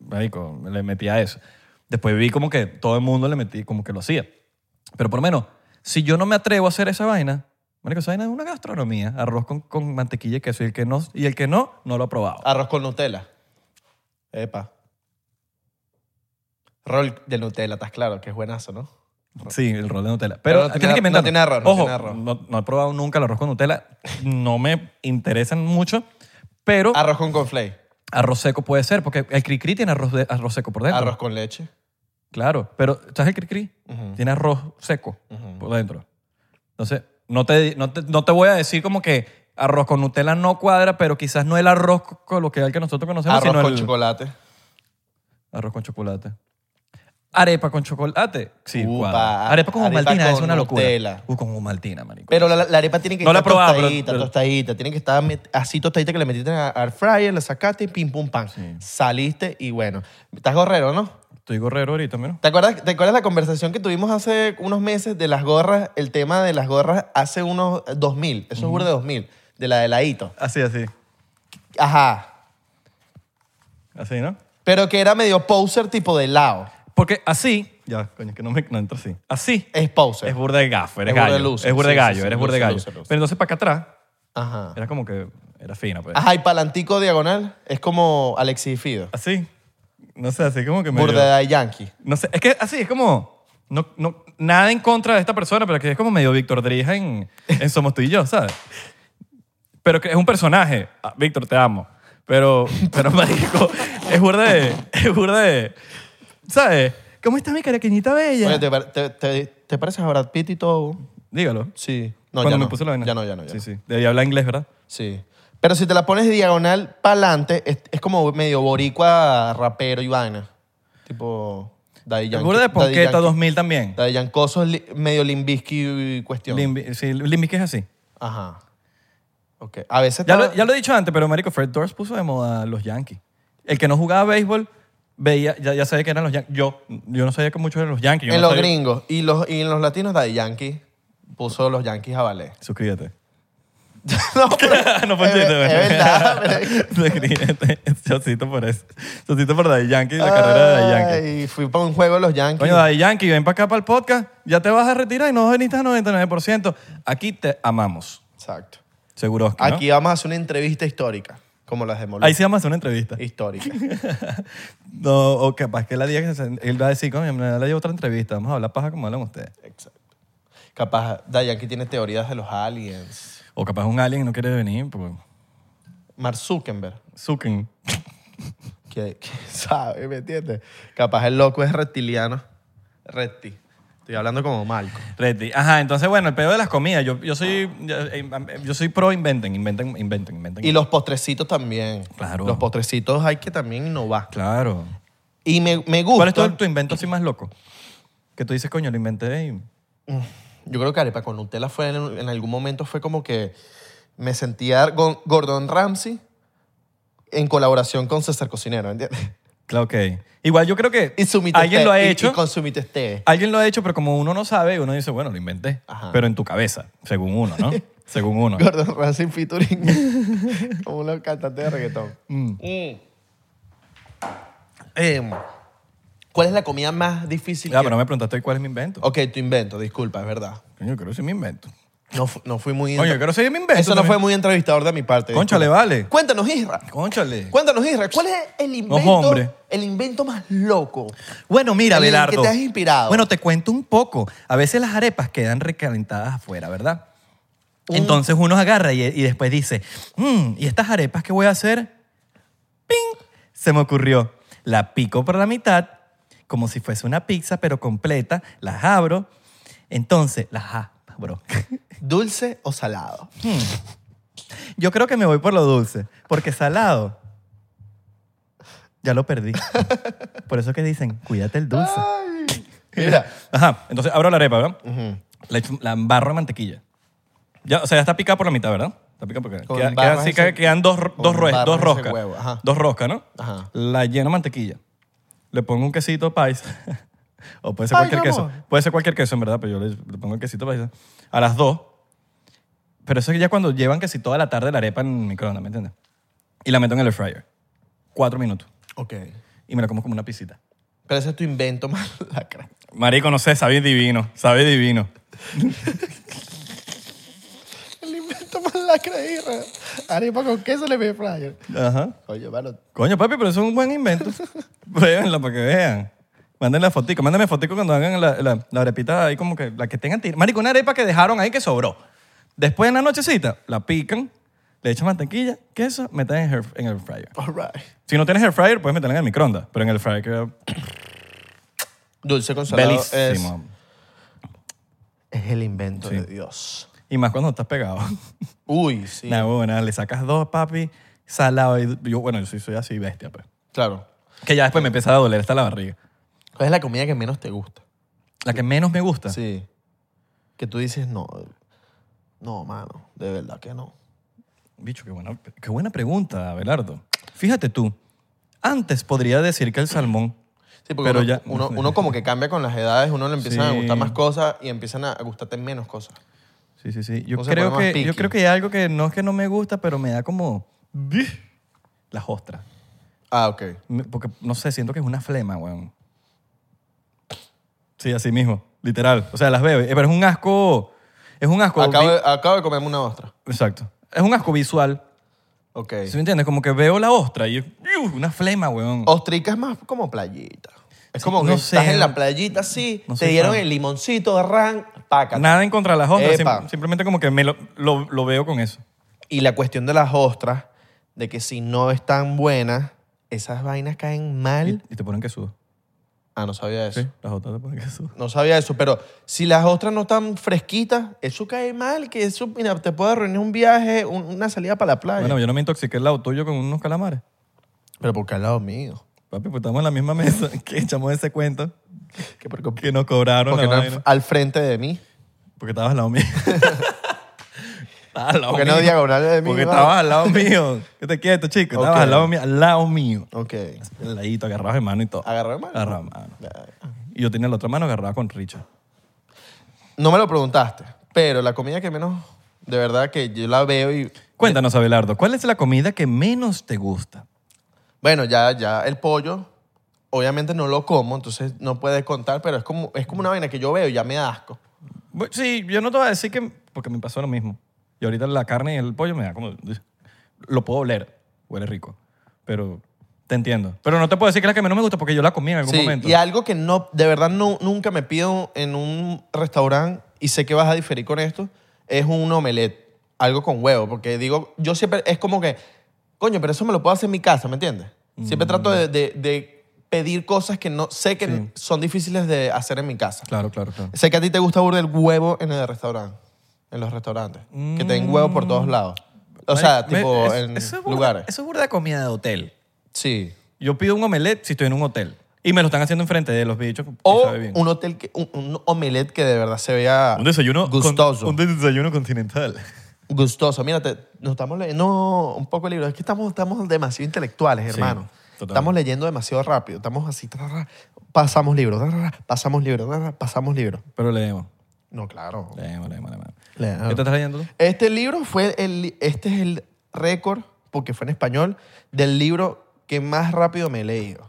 Speaker 2: marico, le metía eso. Después vi como que todo el mundo le metí, como que lo hacía. Pero por lo menos, si yo no me atrevo a hacer esa vaina, marico, esa vaina es una gastronomía, arroz con, con mantequilla y queso, y el que no, y el que no, no lo ha probado.
Speaker 1: Arroz con Nutella. Epa. Rol de Nutella, estás claro, que es buenazo, ¿no?
Speaker 2: Sí, el rol de Nutella.
Speaker 1: Pero
Speaker 2: Pero,
Speaker 1: no tiene-
Speaker 2: tienes que
Speaker 1: no
Speaker 2: inventar.
Speaker 1: tiene arroz, no
Speaker 2: Ojo,
Speaker 1: tiene arroz.
Speaker 2: No, no he probado nunca el arroz con Nutella. No me interesan mucho. Pero
Speaker 1: Arroz con conflay.
Speaker 2: arroz seco puede ser, porque el cri-cri tiene arroz, de- arroz seco por dentro.
Speaker 1: Arroz con leche.
Speaker 2: Claro, pero ¿sabes el cri-cri?
Speaker 1: Mm.
Speaker 2: Tiene arroz seco por dentro. Entonces, no te, no, te, no te voy a decir como que arroz con Nutella no cuadra, pero quizás no el arroz coloquial que nosotros conocemos,
Speaker 1: Arroz
Speaker 2: sino
Speaker 1: con
Speaker 2: el
Speaker 1: chocolate.
Speaker 2: arroz con chocolate. Arepa con chocolate. Sí,
Speaker 1: Upa,
Speaker 2: cuadra. Arepa con
Speaker 1: arepa
Speaker 2: humaltina
Speaker 1: con
Speaker 2: es una locura.
Speaker 1: Nutella.
Speaker 2: Uh, con humaltina, marico.
Speaker 1: Pero la, la arepa tiene que
Speaker 2: No la he
Speaker 1: estar
Speaker 2: probado, pero-
Speaker 1: tostadita,
Speaker 2: pero-
Speaker 1: tostadita. Tiene que estar met- así tostadita que le metiste a- al fryer, la sacaste y pim, pum, pam. Saliste y bueno. Estás gorrero, ¿no?
Speaker 2: Estoy gorrero ahorita, mira.
Speaker 1: ¿Te acuerdas, ¿Te acuerdas la conversación que tuvimos hace unos meses de las gorras? El tema de las gorras hace unos 2000. Eso es burda de 2000. De la de ladito.
Speaker 2: Así, así.
Speaker 1: Ajá.
Speaker 2: Así, ¿no?
Speaker 1: Pero que era medio poser tipo de lado.
Speaker 2: Porque así, ya, coño, que no me no entro así. Así
Speaker 1: Es poser.
Speaker 2: es burda de gafo, eres
Speaker 1: Es burda de
Speaker 2: gallo.
Speaker 1: loser,
Speaker 2: es burda
Speaker 1: sí,
Speaker 2: de
Speaker 1: sí,
Speaker 2: gallo,
Speaker 1: sí,
Speaker 2: eres burda de
Speaker 1: loser,
Speaker 2: gallo.
Speaker 1: loser, loser.
Speaker 2: Pero entonces para acá atrás
Speaker 1: Ajá.
Speaker 2: era como que era fina, pues.
Speaker 1: Ajá, y palantico diagonal es como Alexis Fido.
Speaker 2: Así. No sé, así como que me
Speaker 1: Burda de yankee.
Speaker 2: No sé, es que así es como no, no, nada en contra de esta persona, pero que es como medio Víctor Drija en, en Somos tú y yo, ¿sabes? Pero que es un personaje. Ah, Víctor, te amo. Pero, pero marico, es burda de, es burda de, ¿sabes? ¿Cómo está mi caraqueñita bella?
Speaker 1: Oye, ¿te, pare- te- te- te pareces a Brad Pitt y todo?
Speaker 2: Dígalo.
Speaker 1: Sí. No,
Speaker 2: Cuando
Speaker 1: ya
Speaker 2: me
Speaker 1: no.
Speaker 2: puse la vaina.
Speaker 1: Ya no, ya no. ya
Speaker 2: sí,
Speaker 1: no.
Speaker 2: sí. Debía hablar inglés, ¿verdad?
Speaker 1: Sí. Pero si te la pones diagonal pa'lante, es, es como medio boricua, rapero y vaina. Tipo Daddy
Speaker 2: El
Speaker 1: Yankee.
Speaker 2: burda de
Speaker 1: Daddy
Speaker 2: Ponqueta
Speaker 1: Yankee.
Speaker 2: 2000 también.
Speaker 1: Daddy Yankoso es li- medio limbisky cuestión.
Speaker 2: Limbi, sí, Limbi que es así.
Speaker 1: Ajá. Ok. A veces...
Speaker 2: Ya lo,
Speaker 1: estaba-
Speaker 2: ya lo he dicho antes, pero marico, Fred Doors puso de moda a los Yankees. El que no jugaba béisbol veía, ya, ya sabía que eran los Yankees. Yo, yo no sabía que muchos eran los Yankees. yo
Speaker 1: en
Speaker 2: no
Speaker 1: los
Speaker 2: sabía-
Speaker 1: gringos. Y, los, y en los latinos Daddy Yankee puso los Yankees a ballet.
Speaker 2: Suscríbete.
Speaker 1: no, pero-
Speaker 2: no fue
Speaker 1: es,
Speaker 2: chiste,
Speaker 1: es
Speaker 2: bueno.
Speaker 1: verdad. pero-
Speaker 2: Suscríbete. Chocito por eso. Chocito por Daddy Yankee, la carrera de Daddy Yankee.
Speaker 1: Ay, fui para un juego de los Yankees.
Speaker 2: Coño, Daddy Yankee, ven para acá para el podcast. Ya te vas a retirar y no veniste al 99%. Aquí te amamos.
Speaker 1: Exacto.
Speaker 2: Seguro que, ¿no?
Speaker 1: Aquí vamos a hacer una entrevista histórica, como las de Molina.
Speaker 2: Ahí sí vamos a hacer una entrevista.
Speaker 1: Histórica.
Speaker 2: No, o capaz que la día que se- él va a decir, coño, me la llevo otra entrevista. Vamos a hablar paja como hablan ustedes.
Speaker 1: Exacto. Capaz, Dayan que tiene teorías de los aliens.
Speaker 2: O capaz un alien no quiere venir, pues.
Speaker 1: Mark Zuckerberg,
Speaker 2: Suken.
Speaker 1: que, que sabe, ¿me entiendes? Capaz el loco es reptiliano. Repti. Estoy hablando como Malco.
Speaker 2: Reti. Ajá, entonces, bueno, el pedo de las comidas. Yo, yo soy yo, eh, yo soy pro inventen, inventen, inventen, inventen.
Speaker 1: Y los postrecitos también.
Speaker 2: Claro.
Speaker 1: Los postrecitos hay que también innovar.
Speaker 2: Claro.
Speaker 1: Y me, me gusta.
Speaker 2: ¿Cuál es tu, tu invento así más loco? Que tú dices, coño, lo inventé y...
Speaker 1: Yo creo que arepa con Nutella fue en, en algún momento fue como que me sentía Gon- Gordon Ramsay en colaboración con César Cocinero, ¿entiendes?
Speaker 2: Claro, ok. Igual yo creo que
Speaker 1: Y sumite
Speaker 2: alguien
Speaker 1: té,
Speaker 2: lo ha
Speaker 1: y-
Speaker 2: hecho.
Speaker 1: Y, consumite té.
Speaker 2: Alguien lo ha hecho, pero como uno no sabe, uno dice, bueno, lo inventé.
Speaker 1: Ajá.
Speaker 2: Pero en tu cabeza, según uno, ¿no? según uno.
Speaker 1: Gordon Ramsay featuring como una cantante de reggaetón. Mm. Em, ¿Cuál es la comida más difícil?
Speaker 2: Ah,
Speaker 1: que-
Speaker 2: pero no me preguntaste cuál es mi invento.
Speaker 1: Ok, tu invento, disculpa, es verdad.
Speaker 2: Coño, creo que sí es mi invento.
Speaker 1: No, fu- no fui muy...
Speaker 2: Coño, creo que sí es mi invento.
Speaker 1: Eso no
Speaker 2: también.
Speaker 1: fue muy entrevistador de mi parte.
Speaker 2: Cónchale,
Speaker 1: disculpa.
Speaker 2: vale.
Speaker 1: Cuéntanos, Isra.
Speaker 2: Cónchale.
Speaker 1: Cuéntanos, Isra, ¿cuál es el invento,
Speaker 2: hombre.
Speaker 1: el invento más loco?
Speaker 2: Bueno, mira,
Speaker 1: En el
Speaker 2: Belardo.
Speaker 1: que te has inspirado.
Speaker 2: Bueno, te cuento un poco. A veces las arepas quedan recalentadas afuera, ¿verdad? Entonces uno agarra y, y después dice, "Mm, ¿y estas arepas qué voy a hacer? ¡Ping! Se me ocurrió. La pico por la mitad, como si fuese una pizza, pero completa. Las abro. Entonces, las abro.
Speaker 1: ¿Dulce o salado?
Speaker 2: Yo creo que me voy por lo dulce, porque salado. Ya lo perdí. Por eso que dicen, cuídate el dulce.
Speaker 1: Mira,
Speaker 2: Ajá, entonces abro la arepa, ¿verdad? La, echo- la embarro en mantequilla. Ya, o sea, ya está picada por la mitad, ¿verdad? Está picada porque
Speaker 1: Con
Speaker 2: queda- queda
Speaker 1: barras
Speaker 2: así,
Speaker 1: ese-
Speaker 2: queda- quedan dos,
Speaker 1: con
Speaker 2: dos, rues-
Speaker 1: barras
Speaker 2: dos
Speaker 1: ese
Speaker 2: roscas.
Speaker 1: huevo, ajá.
Speaker 2: Dos roscas, ¿no?
Speaker 1: Ajá.
Speaker 2: La lleno de mantequilla. Le pongo un quesito paisa. o puede ser
Speaker 1: Ay,
Speaker 2: cualquier
Speaker 1: mi
Speaker 2: queso.
Speaker 1: amor.
Speaker 2: Puede ser cualquier queso, en verdad, pero yo le, le pongo el quesito paisa. A las dos. Pero eso es ya cuando llevan casi toda la tarde la arepa en el microondas, ¿me entiendes? Y la meto en el air fryer. Cuatro minutos.
Speaker 1: ok.
Speaker 2: Y me la como como una pisita.
Speaker 1: Pero ese es tu invento más lacra.
Speaker 2: Marico, no sé, sabe divino. Sabe divino.
Speaker 1: El invento más lacra de Isra. Arepa con queso le pide fryer.
Speaker 2: Ajá.
Speaker 1: Oye, mano,
Speaker 2: Coño, papi, pero eso es un buen invento. Pruébenlo para que vean. Mándenle la fotico. Mándenme fotico cuando hagan la, la, la arepita ahí como que la que tengan tir- Marico, una arepa que dejaron ahí que sobró. Después en la nochecita, la pican, le echan mantequilla, queso, meten en, air- en el fryer.
Speaker 1: all right.
Speaker 2: Si no tienes air fryer, puedes meterla en el microondas. Pero en el fryer queda...
Speaker 1: Dulce con salado es, es
Speaker 2: Belísimo.
Speaker 1: el invento
Speaker 2: Sí.
Speaker 1: de Dios.
Speaker 2: Y más cuando estás pegado.
Speaker 1: Uy, sí.
Speaker 2: Nah, bueno, le sacas dos, papi, salado. Y yo, bueno, yo sí soy así bestia, pues.
Speaker 1: Claro.
Speaker 2: Que ya después me empieza a doler hasta la barriga.
Speaker 1: ¿Cuál es la comida que menos te gusta?
Speaker 2: La que menos me gusta.
Speaker 1: Sí. Que tú dices, no, no, mano, de verdad que no.
Speaker 2: Bicho, qué buena, qué buena pregunta, Abelardo. Fíjate tú, antes podría decir que el salmón,
Speaker 1: Sí, porque
Speaker 2: Pero
Speaker 1: uno,
Speaker 2: ya-
Speaker 1: uno, uno como que cambia con las edades, uno le empiezan a
Speaker 2: Sí.
Speaker 1: gustar más cosas y empiezan a a gustarte menos cosas.
Speaker 2: Sí, sí, sí. Yo
Speaker 1: O sea,
Speaker 2: creo,
Speaker 1: ponemos
Speaker 2: que, yo
Speaker 1: picky.
Speaker 2: creo que hay algo que no es que no me gusta, pero me da como... "Bih", Las ostras.
Speaker 1: Ah, ok.
Speaker 2: Me- Porque, no sé, siento que es una flema, weón. Sí, así mismo. Literal. O sea, las bebe. Eh, Pero es un asco... Es un asco...
Speaker 1: Acabo
Speaker 2: vi-
Speaker 1: de, acabo de comerme una ostra.
Speaker 2: Exacto. Es un asco visual.
Speaker 1: Ok.
Speaker 2: ¿Sí me entiendes? Como que veo la ostra y... "Iu", Una flema, weón.
Speaker 1: Ostrica es más como playita. Es
Speaker 2: Sí,
Speaker 1: como que
Speaker 2: no
Speaker 1: estás
Speaker 2: sé,
Speaker 1: en
Speaker 2: no-
Speaker 1: la playita así,
Speaker 2: no
Speaker 1: te
Speaker 2: soy
Speaker 1: dieron
Speaker 2: fan.
Speaker 1: el limoncito de ran, pácate.
Speaker 2: Nada en contra de las ostras.
Speaker 1: Epa.
Speaker 2: sim- simplemente como que me lo, lo- lo veo con eso.
Speaker 1: Y la cuestión de las ostras, de que si no están buenas, esas vainas caen
Speaker 2: Y,
Speaker 1: mal.
Speaker 2: y te ponen que suba.
Speaker 1: Ah, no sabía eso.
Speaker 2: Sí, las ostras te ponen que suba.
Speaker 1: No sabía eso, pero si las ostras no están fresquitas, eso cae mal, que eso mira, te puede arruinar un viaje, un- una salida para la playa.
Speaker 2: Bueno, yo no me intoxiqué el lado tuyo con unos calamares.
Speaker 1: Pero porque al lado mío.
Speaker 2: Papi, pues estamos en la misma mesa que echamos ese cuento
Speaker 1: Que porque,
Speaker 2: que nos cobraron
Speaker 1: porque
Speaker 2: la
Speaker 1: no al-
Speaker 2: vaina.
Speaker 1: al frente de mí.
Speaker 2: Porque estabas al lado mío. estabas al lado
Speaker 1: Porque
Speaker 2: mío.
Speaker 1: no diagonal de mí.
Speaker 2: Porque
Speaker 1: ¿no?
Speaker 2: estabas al lado mío. ¿Qué te quieto, chico? Estabas
Speaker 1: Ok.
Speaker 2: al lado mío. Al lado mío.
Speaker 1: Ok.
Speaker 2: El ladito, agarrabas de mano y todo.
Speaker 1: Agarró de mano.
Speaker 2: Agarraba de mano. Y yo tenía la otra mano agarrada con Richard.
Speaker 1: No me lo preguntaste, pero la comida que menos, de verdad que yo la veo y
Speaker 2: Cuéntanos, Abelardo, ¿cuál es la comida que menos te gusta?
Speaker 1: Bueno, ya, ya el pollo, obviamente no lo como, entonces no puedes contar, pero es como, es como una vaina que yo veo y ya me da asco.
Speaker 2: Bu- Sí, yo no te voy a decir que... Porque me pasó lo mismo. Y ahorita la carne y el pollo me da como... Lo puedo oler. Huele rico. Pero te entiendo. Pero no te puedo decir que es la que menos me gusta porque yo la comí en algún
Speaker 1: Sí,
Speaker 2: momento.
Speaker 1: y algo que no, de verdad no, nunca me pido en un restaurante, y sé que vas a diferir con esto, es un omelette, algo con huevo, porque digo, yo siempre, es como que, coño, pero eso me lo puedo hacer en mi casa, ¿me entiendes? Siempre trato de, de- de pedir cosas que no sé que
Speaker 2: Mm, Sí.
Speaker 1: son difíciles de hacer en mi casa.
Speaker 2: Claro, claro, claro.
Speaker 1: Sé que a ti te gusta burda el huevo en el restaurante, en los restaurantes, que te den huevo por todos lados. O sea,
Speaker 2: Marico,
Speaker 1: tipo
Speaker 2: me- Mm. es-
Speaker 1: en
Speaker 2: eso es burda-
Speaker 1: lugares.
Speaker 2: Eso es burda de comida de hotel.
Speaker 1: Sí.
Speaker 2: Yo pido un omelette si estoy en un hotel. Y me lo están haciendo enfrente de los bichos. y
Speaker 1: O
Speaker 2: sabe bien.
Speaker 1: un hotel que un, un omelette que de verdad se vea
Speaker 2: Un desayuno... con-
Speaker 1: gustoso.
Speaker 2: un desayuno continental.
Speaker 1: Gustoso. Mira, te- nos estamos leyendo un poco el libro. Es que estamos, estamos demasiado intelectuales, hermano.
Speaker 2: totalmente.
Speaker 1: estamos leyendo demasiado rápido. Estamos así. tra, tra, pasamos libros. tra, tra, pasamos libros. tra, tra, pasamos libros.
Speaker 2: Pero leemos.
Speaker 1: No, claro.
Speaker 2: Leemos, leemos, leemos.
Speaker 1: Leemos.
Speaker 2: ¿Qué te estás leyendo tú?
Speaker 1: Este libro fue el, este es el récord, porque fue en español, del libro que más rápido me he leído.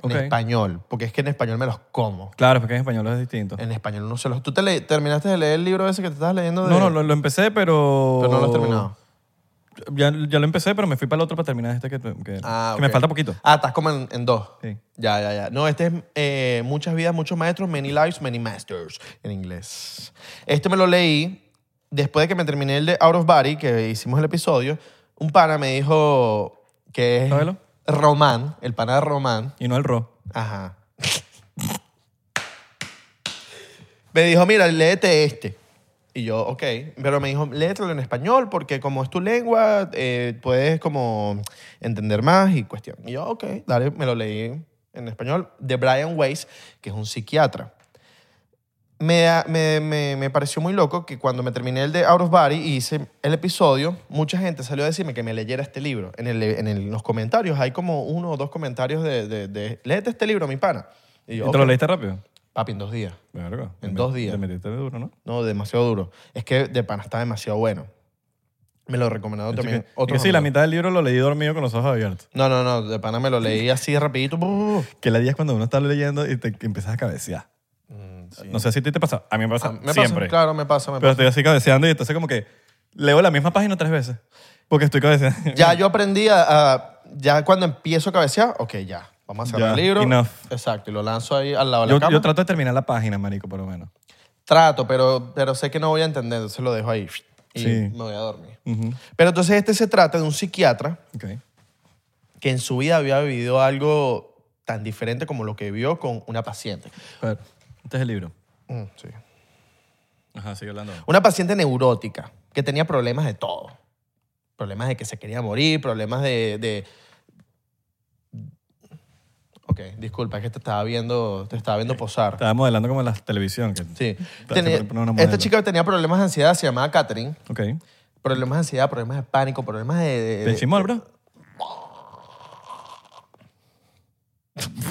Speaker 2: Ok.
Speaker 1: En español, porque es que en español me los como.
Speaker 2: Claro, porque en español es distinto.
Speaker 1: En español no se los... ¿Tú te le- terminaste de leer el libro ese que te estabas leyendo? de-
Speaker 2: No, no, lo, lo empecé, pero...
Speaker 1: Pero no lo has terminado.
Speaker 2: Ya, ya lo empecé, pero me fui para el otro para terminar este que, que-
Speaker 1: Ah,
Speaker 2: que me
Speaker 1: ok.
Speaker 2: falta poquito.
Speaker 1: Ah, estás como en, en dos.
Speaker 2: Sí.
Speaker 1: Ya, ya, ya. No, este es eh, Muchas vidas, muchos maestros, many lives, many masters, en inglés. Este me lo leí después de que me terminé el de Out of Body, que hicimos el episodio. Un pana me dijo que es
Speaker 2: Sábelo.
Speaker 1: Román, el pana de Román.
Speaker 2: Y no el ro.
Speaker 1: Ajá. me dijo, mira, léete este. Y yo, ok. Pero me dijo, léetelo en español porque como es tu lengua, eh, puedes como entender más y cuestión. Y yo, ok, dale, me lo leí en español de Brian Weiss, que es un psiquiatra. Me, me- me- me pareció muy loco que cuando me terminé el de Out of Body y hice el episodio, mucha gente salió a decirme que me leyera este libro. En, el- en el- los comentarios hay como uno o dos comentarios de, de, de, léete este libro, mi pana. Y
Speaker 2: ¿Y
Speaker 1: yo,
Speaker 2: te lo
Speaker 1: ok.
Speaker 2: leíste rápido?
Speaker 1: Papi, en dos días.
Speaker 2: Verga.
Speaker 1: En
Speaker 2: Te
Speaker 1: dos
Speaker 2: met-
Speaker 1: días.
Speaker 2: Te metiste de duro, ¿no?
Speaker 1: No, demasiado duro. Es que de pana está demasiado bueno. Me lo recomendaron
Speaker 2: Así que-
Speaker 1: también
Speaker 2: y
Speaker 1: otros
Speaker 2: que sí, la
Speaker 1: amigos.
Speaker 2: mitad del libro lo leí dormido con los ojos abiertos.
Speaker 1: No, no, no, de pana me lo leí así rapidito. brr.
Speaker 2: Que la día es cuando uno está leyendo y te que empiezas a cabecear. No sé si a ti te pasa. A mí me pasa
Speaker 1: Mm, Ah, me pasa,
Speaker 2: siempre.
Speaker 1: claro, me pasa, me
Speaker 2: pero
Speaker 1: pasa.
Speaker 2: estoy así cabeceando y entonces como que leo la misma página tres veces. Porque estoy cabeceando.
Speaker 1: Ya yo aprendí a, a- ya cuando empiezo a cabecear, ok, ya, vamos a cerrar
Speaker 2: Ya,
Speaker 1: el libro.
Speaker 2: enough.
Speaker 1: Exacto, y lo lanzo ahí al lado de la
Speaker 2: yo,
Speaker 1: cama.
Speaker 2: yo trato de terminar la página, marico, por lo menos.
Speaker 1: Trato, pero, pero sé que no voy a entender, entonces lo dejo ahí y
Speaker 2: Sí.
Speaker 1: me voy a dormir. Pero entonces este se trata de un psiquiatra
Speaker 2: Ok.
Speaker 1: que en su vida había vivido algo tan diferente como lo que vio con una paciente.
Speaker 2: Pero, este es el libro.
Speaker 1: Mm, sí.
Speaker 2: Ajá, sigue hablando.
Speaker 1: Una paciente neurótica que tenía problemas de todo. Problemas de que se quería morir, problemas de... de... Ok, disculpa, es que te estaba viendo, te estaba viendo posar.
Speaker 2: Estábamos hablando como en la televisión. que-
Speaker 1: Sí.
Speaker 2: Te-
Speaker 1: Tenía-
Speaker 2: te pone una modelo.
Speaker 1: esta chica tenía problemas de ansiedad, se llamaba Catherine.
Speaker 2: Ok.
Speaker 1: Problemas de ansiedad, problemas de pánico, problemas de... de-
Speaker 2: ¿Te decimos,
Speaker 1: Este,
Speaker 2: bro?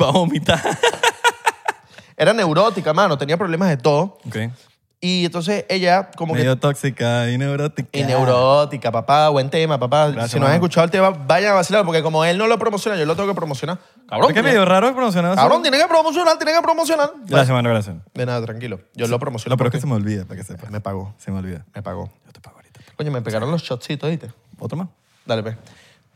Speaker 2: Va a vomitar.
Speaker 1: Era neurótica, mano, tenía problemas de todo.
Speaker 2: Ok.
Speaker 1: Y entonces ella como que...
Speaker 2: Medio tóxica y neurótica.
Speaker 1: Y neurótica, papá, buen tema, papá.
Speaker 2: Gracias,
Speaker 1: si no has
Speaker 2: mano.
Speaker 1: escuchado el tema, vayan a vacilar, porque como él no lo promociona, yo lo tengo que promocionar. Cabrón,
Speaker 2: Es que
Speaker 1: tiene-
Speaker 2: medio raro promocionar.
Speaker 1: cabrón, tiene que promocionar, tiene que promocionar.
Speaker 2: Gracias, mano, gracias.
Speaker 1: De nada, tranquilo. Yo lo promociono.
Speaker 2: No, pero es que
Speaker 1: porque
Speaker 2: se me olvida, para que sepas.
Speaker 1: Me pagó,
Speaker 2: Se me olvida.
Speaker 1: me pagó.
Speaker 2: Yo te pago ahorita.
Speaker 1: Coño, me pegaron los shotcitos, ¿viste?
Speaker 2: ¿Otro más?
Speaker 1: Dale, pues.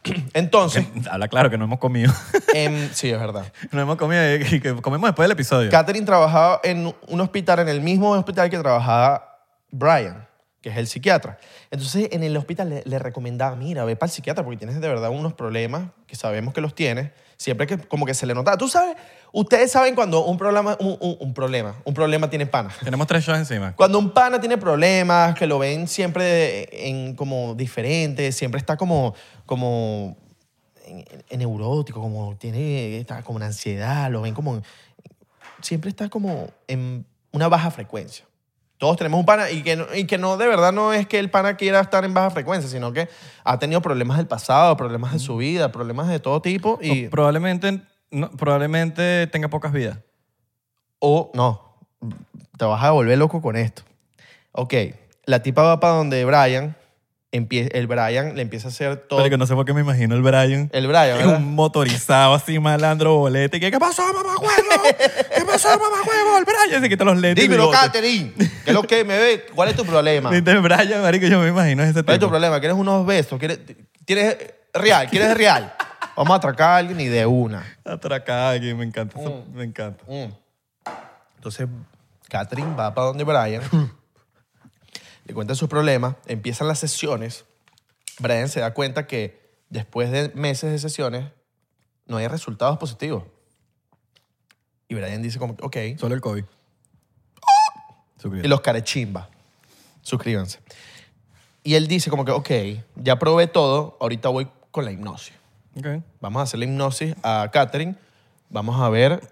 Speaker 1: Entonces,
Speaker 2: Habla claro que no hemos comido.
Speaker 1: em, sí, es verdad.
Speaker 2: no hemos comido y y que comemos después del episodio.
Speaker 1: Catherine trabajaba en un hospital, en el mismo hospital que trabajaba Brian, que es el psiquiatra. Entonces, en el hospital le, le recomendaba, mira, ve para el psiquiatra porque tienes de verdad unos problemas que sabemos que los tienes. Siempre que como que se le notaba. Tú sabes, ustedes saben cuando un problema, un, un- un problema, un problema tiene pana.
Speaker 2: Tenemos tres shows encima.
Speaker 1: Cuando un pana tiene problemas, que lo ven siempre de- en como diferente, siempre está como, como en, en neurótico, como tiene está como una ansiedad, lo ven como... Siempre está como en una baja frecuencia. Todos tenemos un pana y que, no, y que no, de verdad no es que el pana quiera estar en baja frecuencia, sino que ha tenido problemas del pasado, problemas de su vida, problemas de todo tipo y...
Speaker 2: O probablemente, no, probablemente tenga pocas vidas.
Speaker 1: o no, te vas a volver loco con esto. Ok, la tipa va para donde Brian, empie- el Brian le empieza a hacer todo.
Speaker 2: Pero que no sé por qué me imagino el Brian.
Speaker 1: El Brian,
Speaker 2: Es
Speaker 1: ¿verdad?
Speaker 2: un motorizado así, malandro, bolete. ¿Qué, qué pasó, mamá huevo? ¿Qué pasó, mamá huevo? El Brian se quita los lentes. y
Speaker 1: Dímelo,
Speaker 2: bigote.
Speaker 1: Catherine, ¿qué es lo que me ve? ¿Cuál es tu problema?
Speaker 2: Dice el Brian, marico, yo me imagino ese
Speaker 1: ¿Cuál es tu
Speaker 2: tipo.
Speaker 1: problema? ¿Quieres unos besos? ¿Quieres, tienes real? ¿Quieres real? Vamos a atracar a alguien y de una.
Speaker 2: Atracada aquí, me encanta. eso, me encanta.
Speaker 1: Mm. Entonces, Catherine va para donde Brian, le cuenta sus problemas, empiezan las sesiones. Brian se da cuenta que después de meses de sesiones no hay resultados positivos. Y Brian dice como, que, ok.
Speaker 2: Solo el COVID.
Speaker 1: Y ¡Oh!
Speaker 2: Suscríbete.
Speaker 1: los carechimba. Suscríbanse. Y él dice como que, ok, ya probé todo, ahorita voy con la hipnosis.
Speaker 2: Ok.
Speaker 1: Vamos a hacer la hipnosis a Catherine. Vamos a ver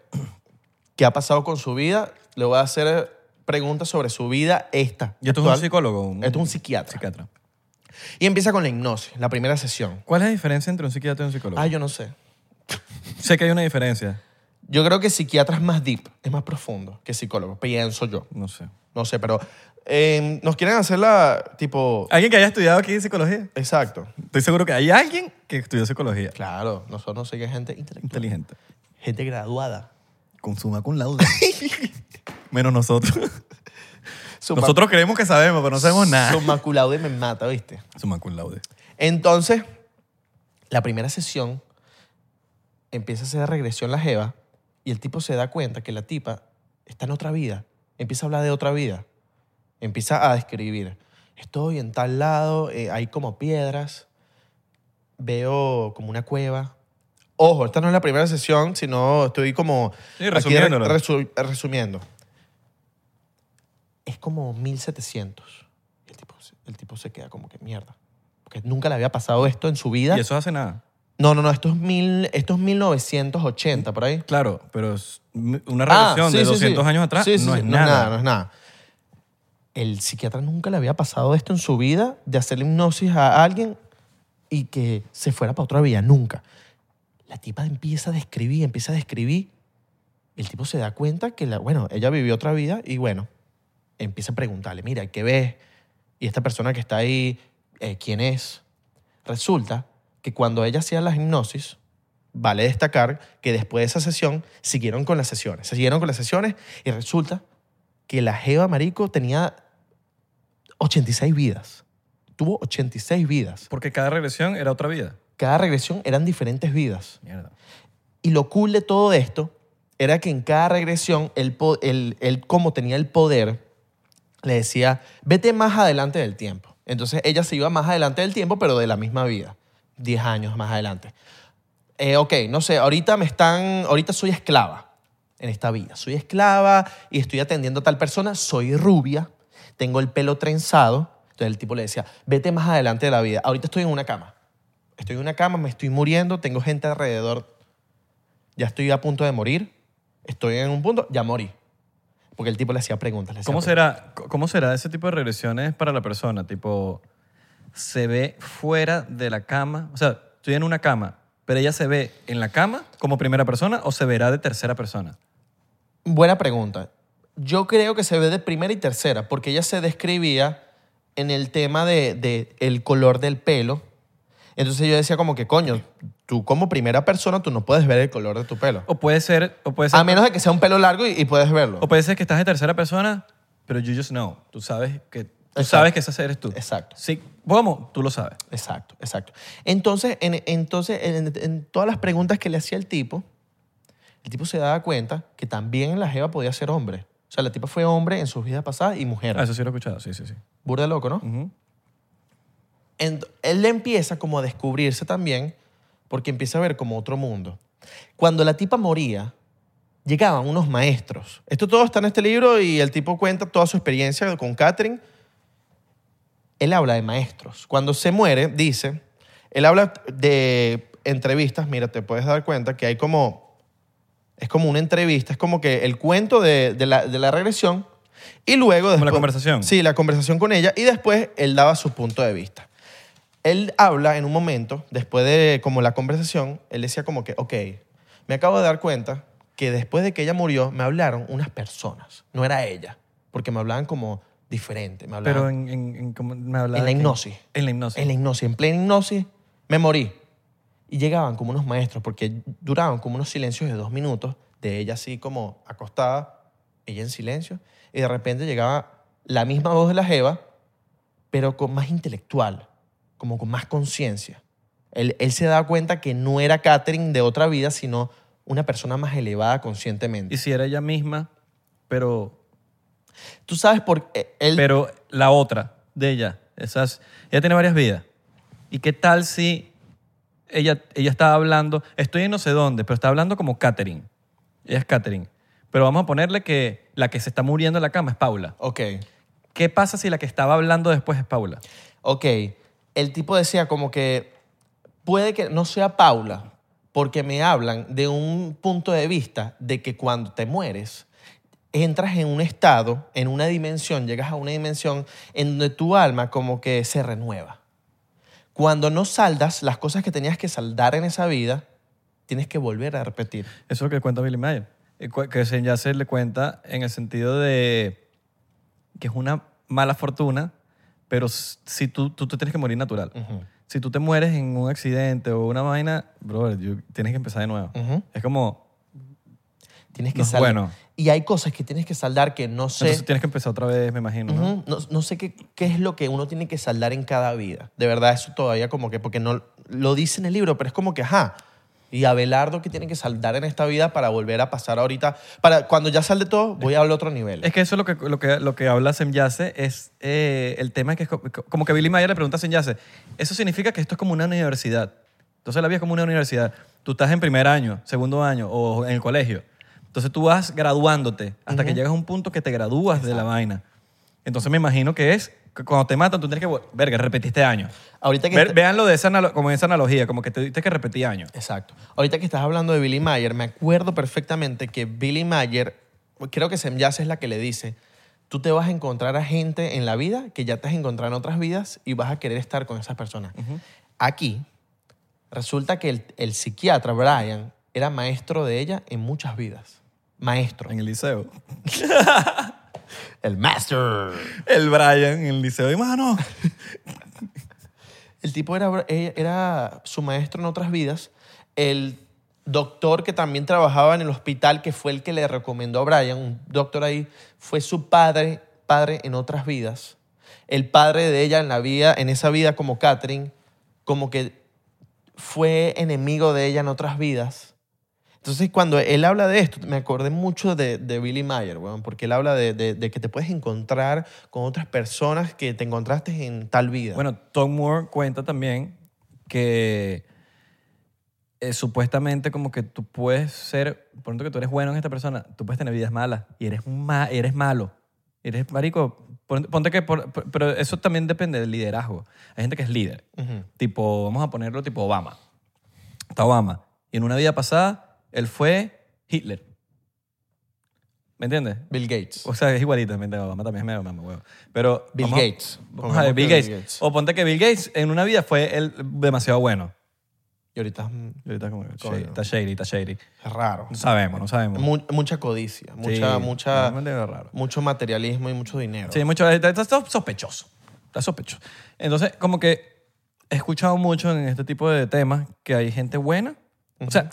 Speaker 1: qué ha pasado con su vida. Le voy a hacer preguntas sobre su vida esta.
Speaker 2: ¿Y esto es
Speaker 1: actual.
Speaker 2: un psicólogo? Un
Speaker 1: Esto es un psiquiatra.
Speaker 2: psiquiatra.
Speaker 1: Y empieza con la hipnosis, la primera sesión.
Speaker 2: ¿Cuál es la diferencia entre un psiquiatra y un psicólogo?
Speaker 1: Ah, yo no sé.
Speaker 2: Sé que hay una diferencia.
Speaker 1: Yo creo que psiquiatra es más deep, es más profundo que psicólogo. Pienso yo.
Speaker 2: No sé.
Speaker 1: No sé, pero eh, nos quieren hacer la tipo...
Speaker 2: ¿Alguien que haya estudiado aquí psicología?
Speaker 1: Exacto.
Speaker 2: Estoy seguro que hay alguien que estudió psicología.
Speaker 1: Claro, nosotros no sé qué gente intelectual.
Speaker 2: Inteligente.
Speaker 1: Gente graduada.
Speaker 2: Consuma con lauda. Menos nosotros.
Speaker 1: Suma-
Speaker 2: Nosotros creemos que sabemos, pero no sabemos nada.
Speaker 1: Summa cum laude me mata, ¿viste?
Speaker 2: Suma con laude.
Speaker 1: Entonces, la primera sesión empieza a hacer regresión la Jeva y el tipo se da cuenta que la tipa está en otra vida. Empieza a hablar de otra vida. Empieza a describir. Estoy en tal lado, eh, hay como piedras, veo como una cueva. Ojo, esta no es la primera sesión, sino estoy como...
Speaker 2: Sí,
Speaker 1: aquí
Speaker 2: resumiéndolo.
Speaker 1: resu- resumiendo. Es como 1700. El tipo, se- el tipo se queda como que mierda. Porque nunca le había pasado esto en su vida.
Speaker 2: Y eso hace nada.
Speaker 1: No, no, no, esto es, mil, esto es 1980, por ahí.
Speaker 2: Claro, pero es m- una
Speaker 1: Ah,
Speaker 2: relación
Speaker 1: sí,
Speaker 2: de
Speaker 1: sí,
Speaker 2: 200
Speaker 1: sí.
Speaker 2: años atrás
Speaker 1: Sí, sí,
Speaker 2: no
Speaker 1: sí,
Speaker 2: es nada.
Speaker 1: no es nada. El psiquiatra nunca le había pasado esto en su vida, de hacer hipnosis a alguien y que se fuera para otra vida, nunca. La tipa empieza a describir, empieza a describir. El tipo se da cuenta que, la, bueno, ella vivió otra vida y bueno, empieza a preguntarle, mira, ¿qué ves? Y esta persona que está ahí, eh, ¿quién es? Resulta que cuando ella hacía la hipnosis, vale destacar que después de esa sesión siguieron con las sesiones. Se siguieron con las sesiones y resulta que la Jeva Marico tenía 86 vidas. Tuvo 86 vidas.
Speaker 2: Porque cada regresión era otra vida.
Speaker 1: Cada regresión eran diferentes vidas.
Speaker 2: Mierda.
Speaker 1: Y lo cool de todo esto era que en cada regresión, él, po- él- él, como tenía el poder, le decía, vete más adelante del tiempo. Entonces ella se iba más adelante del tiempo, pero de la misma vida, 10 años más adelante. eh, ok, no sé, ahorita me están, ahorita soy esclava en esta vida. Soy esclava y estoy atendiendo a tal persona, soy rubia, tengo el pelo trenzado. Entonces el tipo le decía, vete más adelante de la vida. Ahorita estoy en una cama. Estoy en una cama, me estoy muriendo, tengo gente alrededor. Ya estoy a punto de morir. Estoy en un punto, ya morí. Porque el tipo le hacía preguntas. le hacía
Speaker 2: ¿Cómo
Speaker 1: preguntas.
Speaker 2: será, ¿Cómo será ese tipo de regresiones para la persona? Tipo, se ve fuera de la cama. O sea, estoy en una cama, pero ella se ve en la cama como primera persona o se verá de tercera persona.
Speaker 1: Buena pregunta. Yo creo que se ve de primera y tercera, porque ella se describía en el tema de, de el color del pelo. Entonces yo decía como que, coño, tú como primera persona, tú no puedes ver el color de tu pelo.
Speaker 2: O puede ser, o puede ser,
Speaker 1: A menos de que sea un pelo largo y, y puedes verlo.
Speaker 2: o puede ser que estás de tercera persona, pero you just know. Tú sabes que, tú
Speaker 1: Exacto.
Speaker 2: sabes que esa eres tú.
Speaker 1: Exacto.
Speaker 2: Sí, ¿cómo? Tú lo sabes.
Speaker 1: Exacto, exacto. Entonces, en, entonces en, en todas las preguntas que le hacía el tipo, el tipo se daba cuenta que también la jeva podía ser hombre. O sea, la tipa fue hombre en sus vidas pasadas y mujer.
Speaker 2: Ah, eso sí lo he escuchado, sí, sí, sí.
Speaker 1: Burda loco, ¿no?
Speaker 2: Ujú.
Speaker 1: Ent- él empieza como a descubrirse también porque empieza a ver como otro mundo. Cuando la tipa moría, llegaban unos maestros. Esto todo está en este libro y el tipo cuenta toda su experiencia con Catherine. Él habla de maestros. Cuando se muere, dice, él habla de entrevistas, mira, te puedes dar cuenta que hay como, es como una entrevista, es como que el cuento de, de la, de la regresión y luego después...
Speaker 2: Como la conversación.
Speaker 1: Sí, la conversación con ella y después él daba su punto de vista él habla en un momento, después de como la conversación, él decía como que, ok, me acabo de dar cuenta que después de que ella murió, me hablaron unas personas, no era ella, porque me hablaban como diferente, me hablaban
Speaker 2: Pero en, en, en- ¿cómo me hablaba
Speaker 1: En la
Speaker 2: de qué?
Speaker 1: hipnosis.
Speaker 2: En la hipnosis.
Speaker 1: en la hipnosis, en plena hipnosis, me morí. Y llegaban como unos maestros, porque duraban como unos silencios de dos minutos, de ella así como acostada, ella en silencio, y de repente llegaba la misma voz de la Jeva, pero con más intelectual, como con más conciencia. Él, él se daba cuenta que no era Catherine de otra vida, sino una persona más elevada conscientemente.
Speaker 2: Y si era ella misma, pero
Speaker 1: Tú sabes por qué él...
Speaker 2: pero la otra de ella, esas, ella tiene varias vidas. ¿Y qué tal si ella, ella está hablando, estoy en no sé dónde, pero está hablando como Catherine? Ella es Catherine. Pero vamos a ponerle que la que se está muriendo en la cama es Paula.
Speaker 1: ok.
Speaker 2: ¿Qué pasa si la que estaba hablando después es Paula?
Speaker 1: ok, el tipo decía como que puede que no sea Paula, porque me hablan de un punto de vista de que cuando te mueres, entras en un estado, en una dimensión, llegas a una dimensión en donde tu alma como que se renueva. Cuando no saldas las cosas que tenías que saldar en esa vida, tienes que volver a repetir.
Speaker 2: Eso es lo que cuenta Billy Mayer. Eh, cu- Que se- ya se le cuenta en el sentido de que es una mala fortuna, pero s- si tú, tú te tienes que morir natural.
Speaker 1: Mm.
Speaker 2: Si tú te mueres en un accidente o una vaina, brother, you- tienes que empezar de nuevo.
Speaker 1: Ujú.
Speaker 2: Es como,
Speaker 1: Tienes Mm. que
Speaker 2: No es
Speaker 1: saldar.
Speaker 2: bueno.
Speaker 1: Y hay cosas que tienes que saldar que no sé.
Speaker 2: entonces tienes que empezar otra vez, me imagino. ¿no?
Speaker 1: Ujú. No, no sé qué, qué es lo que uno tiene que saldar en cada vida. De verdad, eso todavía como que, porque no lo dice en el libro, pero es como que, ajá. Y Abelardo que tiene que saldar en esta vida para volver a pasar ahorita. Para cuando ya salde todo, voy a hablar otro nivel.
Speaker 2: Es que eso es lo que, lo que, lo que habla Semyase, es eh, el tema que es co- co- como que Billy Mayer le pregunta a Semyase, eso significa que esto es como una universidad. Entonces la vida es como una universidad. Tú estás en primer año, segundo año o en el colegio. Entonces tú vas graduándote hasta que llegas a un punto que te gradúas de la vaina. Entonces me imagino que es que cuando te matan tú tienes que, vol- verga, repetiste año.
Speaker 1: Ahorita que
Speaker 2: Ver-
Speaker 1: está-
Speaker 2: Veanlo de esa, analo- como esa analogía, como que te diste que repetí año.
Speaker 1: Exacto. Ahorita que estás hablando de Billy Mayer, me acuerdo perfectamente que Billy Mayer, creo que Semyase es la que le dice, tú te vas a encontrar a gente en la vida que ya te has encontrado en otras vidas y vas a querer estar con esas personas. Aquí, resulta que el, el psiquiatra Brian era maestro de ella en muchas vidas. Maestro.
Speaker 2: En el liceo.
Speaker 1: El master.
Speaker 2: El Brian en el liceo. Y mano,
Speaker 1: El tipo era, eh, era su maestro en otras vidas. El doctor que también trabajaba en el hospital, que fue el que le recomendó a Brian, un doctor ahí, fue su padre, padre en otras vidas. El padre de ella en, la vida, en esa vida como Catherine, como que fue enemigo de ella en otras vidas. Entonces, cuando él habla de esto, me acordé mucho de, de Billy Mayer, weón, porque él habla de, de- de que te puedes encontrar con otras personas que te encontraste en tal vida.
Speaker 2: Bueno, Tom Moore cuenta también que eh, supuestamente como que tú puedes ser, por ejemplo que tú eres bueno en esta persona, tú puedes tener vidas malas y eres, ma- eres malo. Eres marico. Pon- Ponte que, por- por- pero eso también depende del liderazgo. Hay gente que es líder. Tipo, vamos a ponerlo tipo Obama. Está Obama. Y en una vida pasada, él fue Hitler. ¿Me entiendes?
Speaker 1: Bill Gates.
Speaker 2: O sea, es igualito, también Obama también es medio mamá, huevo. Pero
Speaker 1: Bill
Speaker 2: vamos a-
Speaker 1: Gates.
Speaker 2: vamos a
Speaker 1: Pongamos
Speaker 2: ver, Bill
Speaker 1: que
Speaker 2: Gates.
Speaker 1: Bill Gates.
Speaker 2: O ponte que Bill Gates en una vida fue el demasiado bueno.
Speaker 1: Y ahorita mm,
Speaker 2: Y ahorita como que
Speaker 1: Coño.
Speaker 2: shady, está shady, está shady.
Speaker 1: es raro.
Speaker 2: No sabemos, no sabemos.
Speaker 1: Mu- mucha codicia,
Speaker 2: Sí,
Speaker 1: mucha, mucha,
Speaker 2: realmente es raro.
Speaker 1: mucho materialismo y mucho dinero.
Speaker 2: Sí, mucho, está, está sospechoso. Está sospechoso. Entonces, como que he escuchado mucho en este tipo de temas que hay gente buena. O sea,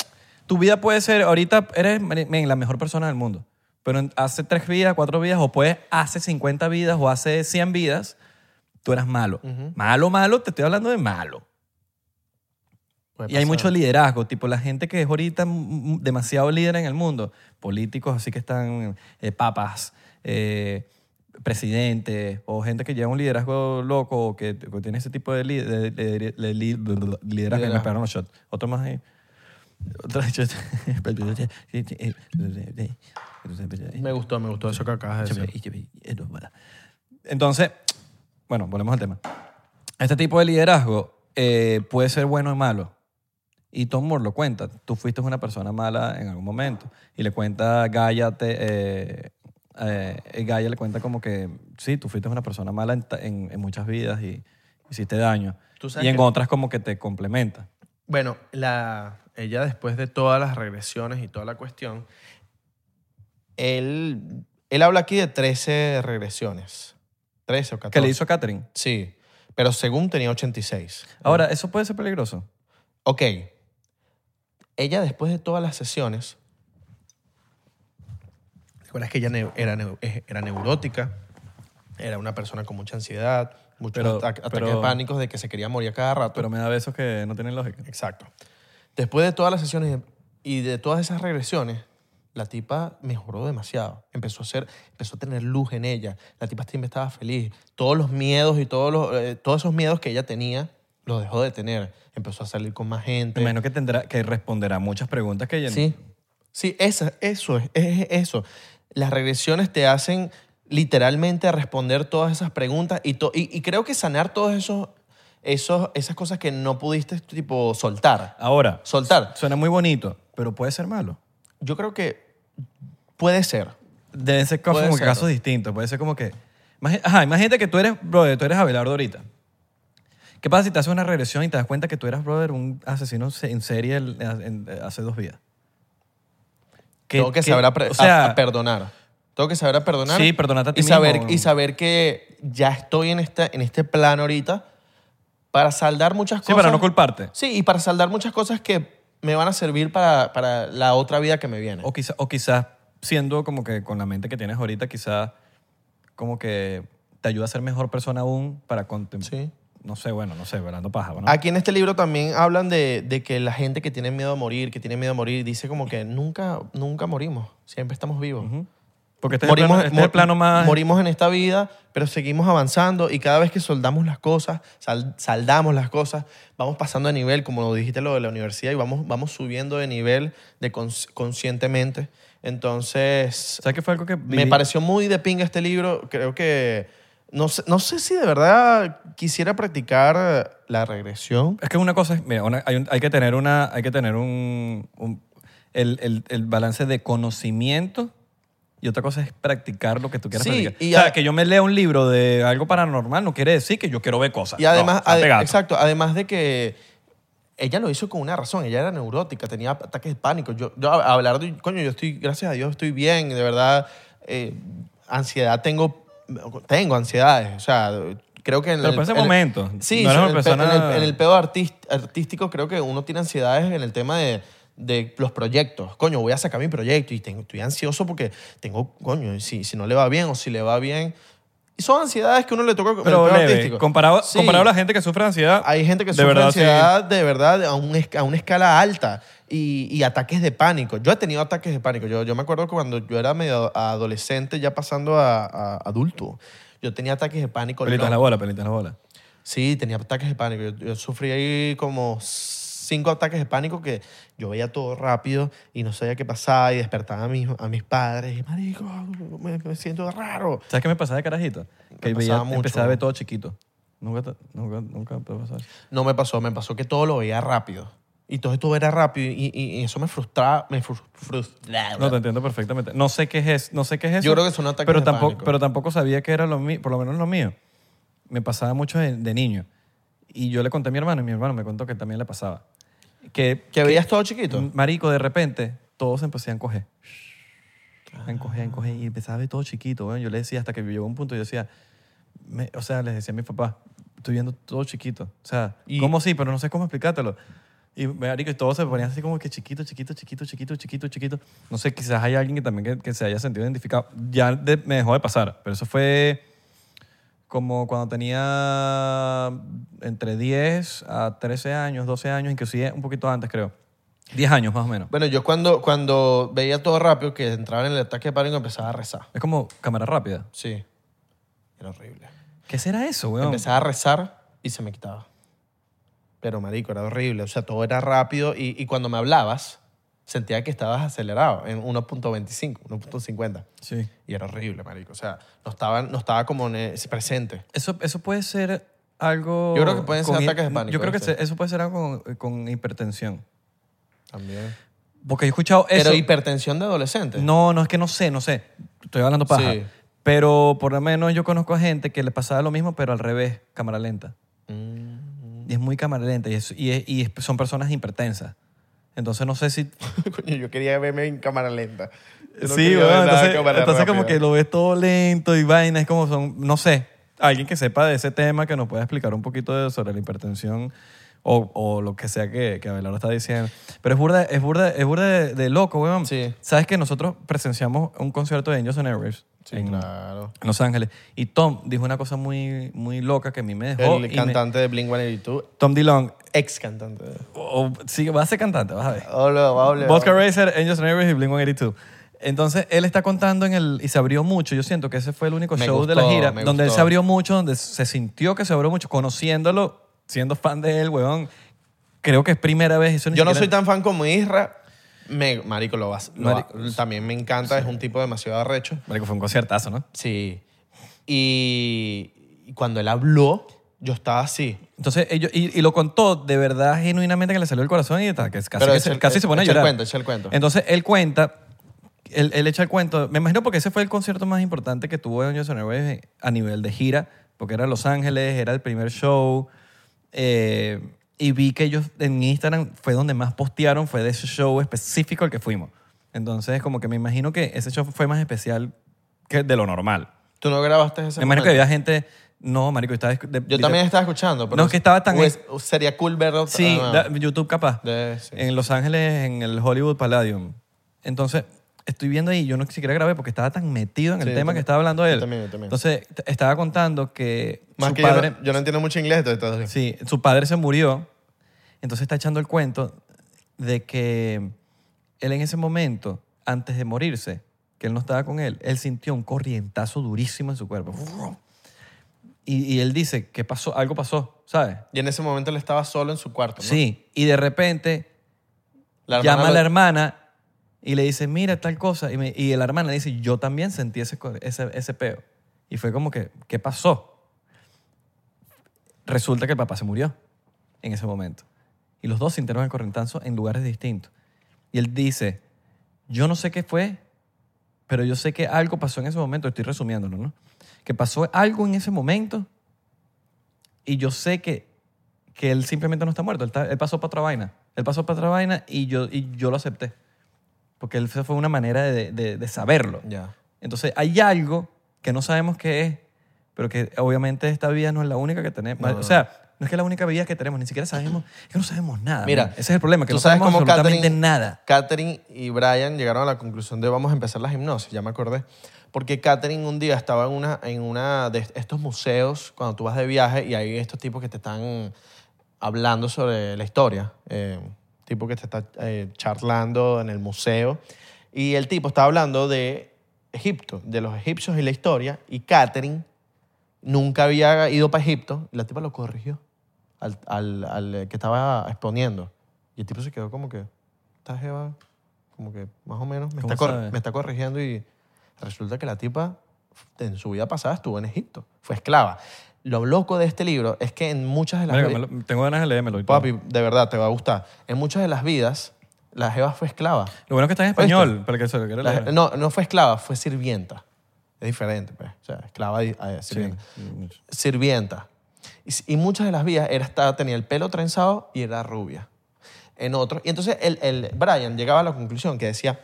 Speaker 2: tu vida puede ser, ahorita eres mari- men, la mejor persona del mundo, pero en- hace tres vidas, cuatro vidas, o puedes hace 50 vidas o hace 100 vidas, tú eras malo. Malo, malo, te estoy hablando de malo.
Speaker 1: Puede
Speaker 2: Y hay
Speaker 1: pasar.
Speaker 2: mucho liderazgo, tipo la gente que es ahorita mm, mm, demasiado líder en el mundo, políticos así que están eh, papas, eh, presidentes, o gente que lleva un liderazgo loco, o que, que tiene ese tipo de, li- de- de- de- de li- liderazgo. Me
Speaker 1: Liderazgo.
Speaker 2: pegaron los shots. Otro más ahí. Otro shot.
Speaker 1: Me gustó, me gustó eso que acabas de decir.
Speaker 2: Entonces, bueno, volvemos al tema. Este tipo de liderazgo eh, puede ser bueno o malo. Y Tom Moore lo cuenta. Tú fuiste una persona mala en algún momento. Y le cuenta a Gaia, te- eh, eh, eh, Gaia le cuenta como que, sí, tú fuiste una persona mala en, ta- en- en muchas vidas y hiciste daño.
Speaker 1: Tú sabes
Speaker 2: Y en
Speaker 1: que-
Speaker 2: otras como que te complementa.
Speaker 1: Bueno, la, ella después de todas las regresiones y toda la cuestión, él, él habla aquí de 13 regresiones. 13 o 14.
Speaker 2: Que le hizo a Catherine.
Speaker 1: Sí, pero según tenía 86.
Speaker 2: Ahora, eso puede ser peligroso.
Speaker 1: Ok. Ella después de todas las sesiones, ¿te acuerdas que ella neu- era, neu- eh, era neurótica? Era una persona con mucha ansiedad, muchos
Speaker 2: Pero-
Speaker 1: ata- ataques
Speaker 2: pero-
Speaker 1: de pánicos de que se quería morir a cada rato.
Speaker 2: Pero me da besos que no tienen lógica.
Speaker 1: Exacto. Después de todas las sesiones y de todas esas regresiones, la tipa mejoró demasiado. Empezó a ser, empezó a tener luz en ella. La tipa siempre estaba feliz. Todos los miedos y todos los, eh, todos esos miedos que ella tenía los dejó de tener. Empezó a salir con más gente.
Speaker 2: Me imagino que tendrá que responderá muchas preguntas que ella
Speaker 1: Sí, sí, esa, eso es, es es eso. Las regresiones te hacen literalmente responder todas esas preguntas y, to- y, y creo que sanar todos esos, esos, esas cosas que no pudiste tipo soltar.
Speaker 2: Ahora,
Speaker 1: Soltar.
Speaker 2: suena muy bonito, pero puede ser malo.
Speaker 1: Yo creo que puede ser.
Speaker 2: Deben ser como
Speaker 1: Puede
Speaker 2: que
Speaker 1: ser.
Speaker 2: casos distintos. Puede ser como que... imagi- Ajá, imagínate que tú eres, brother, tú eres Abelardo ahorita. ¿Qué pasa si te haces una regresión y te das cuenta que tú eras, brother, un asesino se- en serie el- en- en- hace dos días?
Speaker 1: Tengo que saber a, pre-
Speaker 2: o sea,
Speaker 1: a- a perdonar. Tengo que saber a perdonar.
Speaker 2: Sí, perdonarte a ti
Speaker 1: y saber,
Speaker 2: mismo.
Speaker 1: Y saber que ya estoy en, esta, en este plan ahorita para saldar muchas
Speaker 2: Sí,
Speaker 1: cosas.
Speaker 2: para no culparte.
Speaker 1: Sí, y para saldar muchas cosas que me van a servir para, para la otra vida que me viene.
Speaker 2: O quizás o quizás siendo como que con la mente que tienes ahorita, quizás como que te ayuda a ser mejor persona aún para contemplar.
Speaker 1: Sí.
Speaker 2: No sé, bueno, no sé, velando paja. ¿no?
Speaker 1: Aquí en este libro también hablan de, de que la gente que tiene miedo a morir, que tiene miedo a morir, dice como que nunca, nunca morimos, siempre estamos vivos.
Speaker 2: Porque este, es, el plano, este es el
Speaker 1: mor-
Speaker 2: plano más...
Speaker 1: morimos en esta vida, pero seguimos avanzando y cada vez que soldamos las cosas, sal- saldamos las cosas, vamos pasando de nivel, como lo dijiste lo de la universidad, y vamos, vamos subiendo de nivel de cons- conscientemente. Entonces,
Speaker 2: ¿Sabes qué fue algo que
Speaker 1: me
Speaker 2: vi?
Speaker 1: pareció muy de pinga este libro. Creo que. No sé, no sé si de verdad quisiera practicar la regresión.
Speaker 2: Es que una cosa es... Mira, una- hay, un- hay que tener una... Hay que tener un... un- el, el- el balance de conocimiento y otra cosa es practicar lo que tú quieras
Speaker 1: Sí,
Speaker 2: practicar.
Speaker 1: y
Speaker 2: o sea,
Speaker 1: a-
Speaker 2: que yo me lea un libro de algo paranormal no quiere decir que yo quiero ver cosas.
Speaker 1: Y además,
Speaker 2: No, sape
Speaker 1: ade-
Speaker 2: gato.
Speaker 1: exacto, además de que ella lo hizo con una razón, ella era neurótica, tenía ataques de pánico. Yo, yo a- hablar de, coño, yo estoy, gracias a Dios estoy bien, de verdad, eh, ansiedad tengo, tengo ansiedades, o sea, creo que en
Speaker 2: Pero
Speaker 1: el,
Speaker 2: para ese
Speaker 1: en el-
Speaker 2: momento.
Speaker 1: Sí,
Speaker 2: No eres
Speaker 1: en,
Speaker 2: una
Speaker 1: el, pe- en
Speaker 2: persona-
Speaker 1: el- en el pedo artis- artístico creo que uno tiene ansiedades en el tema de, de los proyectos. Coño, voy a sacar mi proyecto y tengo, estoy ansioso porque tengo, coño, y si, si no le va bien o si le va bien. Y son ansiedades que uno le toca en el
Speaker 2: Pero
Speaker 1: pedo
Speaker 2: leve.
Speaker 1: artístico.
Speaker 2: Comparado,
Speaker 1: Sí,
Speaker 2: comparado a la gente que sufre de ansiedad...
Speaker 1: Hay gente que
Speaker 2: de
Speaker 1: sufre
Speaker 2: verdad, sí.
Speaker 1: ansiedad de verdad a, un esca- a una escala alta y, y ataques de pánico. Yo he tenido ataques de pánico. Yo, yo me acuerdo que cuando yo era medio adolescente, ya pasando a, a adulto, yo tenía ataques de pánico.
Speaker 2: Pelitas
Speaker 1: locos.
Speaker 2: la bola, pelitas la bola.
Speaker 1: Sí, tenía ataques de pánico. Yo, yo sufrí ahí como 5 cinco ataques de pánico que yo veía todo rápido y no sabía qué pasaba y despertaba a mis, a mis padres. Y, marico, me, me siento raro.
Speaker 2: ¿Sabes qué me pasaba de carajito? Que
Speaker 1: Me
Speaker 2: veía,
Speaker 1: pasaba mucho,
Speaker 2: empezaba a ver
Speaker 1: ¿no?
Speaker 2: todo chiquito. Nunca, te- nunca, nunca puede pasar.
Speaker 1: No me pasó, me pasó que todo lo veía rápido. Y todo esto era rápido y, y- y eso me frustraba. Me frus- frustraba.
Speaker 2: No, te entiendo perfectamente. No sé qué es, es- no sé qué es eso.
Speaker 1: Yo creo que son ataques
Speaker 2: pero
Speaker 1: de
Speaker 2: tampoco,
Speaker 1: pánico.
Speaker 2: Pero tampoco sabía que era lo mío, por lo menos lo mío. Me pasaba mucho de, de niño. Y yo le conté a mi hermano y mi hermano me contó que también le pasaba. Que,
Speaker 1: ¿Que veías todo chiquito?
Speaker 2: marico, de repente, todos se empezaban a encoger. A encoger, a encoger. Y empezaba a ver todo chiquito. weón. Yo le decía, hasta que llegó un punto, yo decía, me- o sea, les decía a mi papá, estoy viendo todo chiquito. O sea,
Speaker 1: Y-
Speaker 2: ¿cómo sí? Pero no sé cómo explicártelo. Y, marico, y todos se ponían así como que chiquito, chiquito, chiquito, chiquito, chiquito, chiquito. No sé, quizás hay alguien que también que, que se haya sentido identificado. Ya de- me dejó de pasar, pero eso fue como cuando tenía entre 10 a 13 años, 12 años, inclusive un poquito antes, creo. 10 años más o menos.
Speaker 1: Bueno, yo cuando, cuando veía todo rápido, que entraba en el ataque de pánico, empezaba a rezar.
Speaker 2: Es como cámara rápida.
Speaker 1: Sí. Era horrible.
Speaker 2: ¿Qué será eso, weón?
Speaker 1: Empezaba a rezar y se me quitaba. Pero, marico, era horrible. O sea, todo era rápido y, y cuando me hablabas, sentía que estabas acelerado en 1.25, 1.50.
Speaker 2: Sí.
Speaker 1: Y era horrible, marico. O sea, no estaba, no estaba como en ese presente.
Speaker 2: Eso, eso puede ser algo...
Speaker 1: Yo creo que pueden ser
Speaker 2: con hi-
Speaker 1: ataques de pánico,
Speaker 2: Yo creo que
Speaker 1: ¿viste?
Speaker 2: se- eso puede ser algo con, con hipertensión.
Speaker 1: También.
Speaker 2: Porque yo he escuchado eso...
Speaker 1: Pero hipertensión de adolescente.
Speaker 2: No, no, es que no sé, no sé. Estoy hablando paja.
Speaker 1: Sí.
Speaker 2: Pero por lo menos yo conozco a gente que le pasaba lo mismo, pero al revés, cámara lenta.
Speaker 1: Mm.
Speaker 2: Y es muy cámara lenta y, es- y es- y es- son personas hipertensas. Entonces no sé si...
Speaker 1: Coño, yo quería verme en cámara lenta. Yo no
Speaker 2: sí,
Speaker 1: quería ver
Speaker 2: weón,
Speaker 1: nada de
Speaker 2: entonces,
Speaker 1: cámara
Speaker 2: entonces como
Speaker 1: rápida.
Speaker 2: que lo ves todo lento y vaina, es como son, no sé, alguien que sepa de ese tema que nos pueda explicar un poquito de- sobre la hipertensión o, o lo que sea que, que Abelardo está diciendo. Pero es burda, es burda, es burda de, de loco, weón.
Speaker 1: Sí.
Speaker 2: Sabes que nosotros presenciamos un concierto de Angels and Airwaves
Speaker 1: Sí,
Speaker 2: en,
Speaker 1: claro.
Speaker 2: en Los Ángeles y Tom dijo una cosa muy, muy loca que a mí me dejó. y
Speaker 1: El
Speaker 2: me-
Speaker 1: cantante de Blink-182,
Speaker 2: Tom DeLong,
Speaker 1: ex cantante. de-
Speaker 2: o- o- sí, va a ser cantante, vas a ver.
Speaker 1: Hola, hola.
Speaker 2: Vodka Racer, Angels and Airwaves y Blink-182. Entonces, él está contando en el... Y se abrió mucho. Yo siento que ese fue el único
Speaker 1: Me
Speaker 2: show de la
Speaker 1: gustó,
Speaker 2: gira
Speaker 1: me
Speaker 2: donde él
Speaker 1: gustó.
Speaker 2: se abrió mucho, donde se sintió que se abrió mucho, conociéndolo, siendo fan de él, weón. Creo que es primera vez. Eso ni
Speaker 1: Yo no soy
Speaker 2: siquiera-
Speaker 1: tan fan como Isra. Me, marico, lo vas. lo
Speaker 2: Marico,
Speaker 1: vas- también me encanta, es un tipo demasiado arrecho.
Speaker 2: Marico, fue un conciertazo, ¿no?
Speaker 1: Sí. Y, y cuando él habló, yo estaba así.
Speaker 2: Entonces, ellos, y, y lo contó de verdad, genuinamente, que le salió el corazón y tal, que es- casi,
Speaker 1: Pero
Speaker 2: que
Speaker 1: echa
Speaker 2: se-
Speaker 1: el-
Speaker 2: casi se pone a
Speaker 1: echa el
Speaker 2: llorar.
Speaker 1: cuento, echa el cuento.
Speaker 2: Entonces, él cuenta, él, él echa el cuento. Me imagino porque ese fue el concierto más importante que tuvo Angels and Airwaves a nivel de gira, porque era Los Ángeles, era el primer show. eh, y vi que ellos en Instagram fue donde más postearon, fue de ese show específico al que fuimos. Entonces, como que me imagino que ese show fue más especial que de lo normal.
Speaker 1: ¿Tú no grabaste ese
Speaker 2: Me imagino que
Speaker 1: momento?
Speaker 2: había gente... No, marico, estaba... de-
Speaker 1: Yo
Speaker 2: de-
Speaker 1: también estaba escuchando. Pero
Speaker 2: No, es que estaba tan-
Speaker 1: Pues, sería cool verlo.
Speaker 2: Sí,
Speaker 1: ah,
Speaker 2: da- YouTube capaz.
Speaker 1: de- sí.
Speaker 2: En Los Ángeles, en el Hollywood Palladium. Entonces, estoy viendo ahí, yo no siquiera grabé porque estaba tan metido en el
Speaker 1: Sí, yo
Speaker 2: tema
Speaker 1: también.
Speaker 2: que estaba hablando él.
Speaker 1: Yo también, yo también.
Speaker 2: Entonces, t- estaba contando que
Speaker 1: Más
Speaker 2: su
Speaker 1: que yo no-
Speaker 2: padre,
Speaker 1: yo, no, entiendo mucho inglés, entonces.
Speaker 2: sí, su padre se murió. Entonces está echando el cuento de que él en ese momento, antes de morirse, que él no estaba con él, él sintió un corrientazo durísimo en su cuerpo. Y, y él dice, ¿qué pasó? Algo pasó, ¿sabes?
Speaker 1: Y en ese momento él estaba solo en su cuarto. ¿no?
Speaker 2: Sí, y de repente
Speaker 1: La hermana
Speaker 2: llama a
Speaker 1: lo-
Speaker 2: la hermana y le dice, mira tal cosa. Y, me- y la hermana le dice, yo también sentí ese, co- ese, ese peo. Y fue como que, ¿qué pasó? Resulta que el papá se murió en ese momento. Y los dos sintieron el correntazo en lugares distintos. Y él dice, yo no sé qué fue, pero yo sé que algo pasó en ese momento. Estoy resumiéndolo, ¿no? Que pasó algo en ese momento y yo sé que, que él simplemente no está muerto. Él, está- él pasó para otra vaina. Él pasó para otra vaina y yo, y yo lo acepté. Porque él esa fue una manera de, de- de saberlo.
Speaker 1: Ya.
Speaker 2: Entonces, hay algo que no sabemos qué es, pero que obviamente esta vida no es la única que tenemos.
Speaker 1: No, no,
Speaker 2: O sea, no es que es la única vida que tenemos, ni siquiera sabemos, es que no sabemos nada.
Speaker 1: Mira,
Speaker 2: man. ese es el problema, que
Speaker 1: tú
Speaker 2: no
Speaker 1: sabes
Speaker 2: sabemos
Speaker 1: cómo
Speaker 2: absolutamente
Speaker 1: Catherine-
Speaker 2: nada.
Speaker 1: Catherine y Brian llegaron a la conclusión de vamos a empezar la hipnosis, ya me acordé. Porque Catherine un día estaba en una, en una de estos museos, cuando tú vas de viaje, y hay estos tipos que te están hablando sobre la historia. eh, tipo que te está eh, charlando en el museo. Y el tipo está hablando de Egipto, de los egipcios y la historia. Y Catherine nunca había ido para Egipto. Y la tipa lo corrigió al, al- al que estaba eh, exponiendo. Y el tipo se quedó como que, esta jeva, como que más o menos, me
Speaker 2: ¿Cómo
Speaker 1: está, cor-
Speaker 2: sabe?
Speaker 1: me está corrigiendo y resulta que la tipa en su vida pasada estuvo en Egipto, fue esclava. Lo loco de este libro es que en muchas de las...
Speaker 2: Marico,
Speaker 1: vi-
Speaker 2: me lo- tengo ganas de leérmelo. y todo.
Speaker 1: Papi, de verdad, te va a gustar. En muchas de las vidas, la jeva fue esclava.
Speaker 2: Lo bueno es que está en español, para que se lo quiera
Speaker 1: La-
Speaker 2: leer.
Speaker 1: no, no fue esclava, fue sirvienta. Es diferente, pues. O sea, esclava, di- ah,
Speaker 2: Sí.
Speaker 1: sirvienta. Sirvienta. Y, s- y muchas de las vías era, estaba- tenía el pelo trenzado y era rubia. En otros. Y entonces el, el Brian llegaba a la conclusión que decía: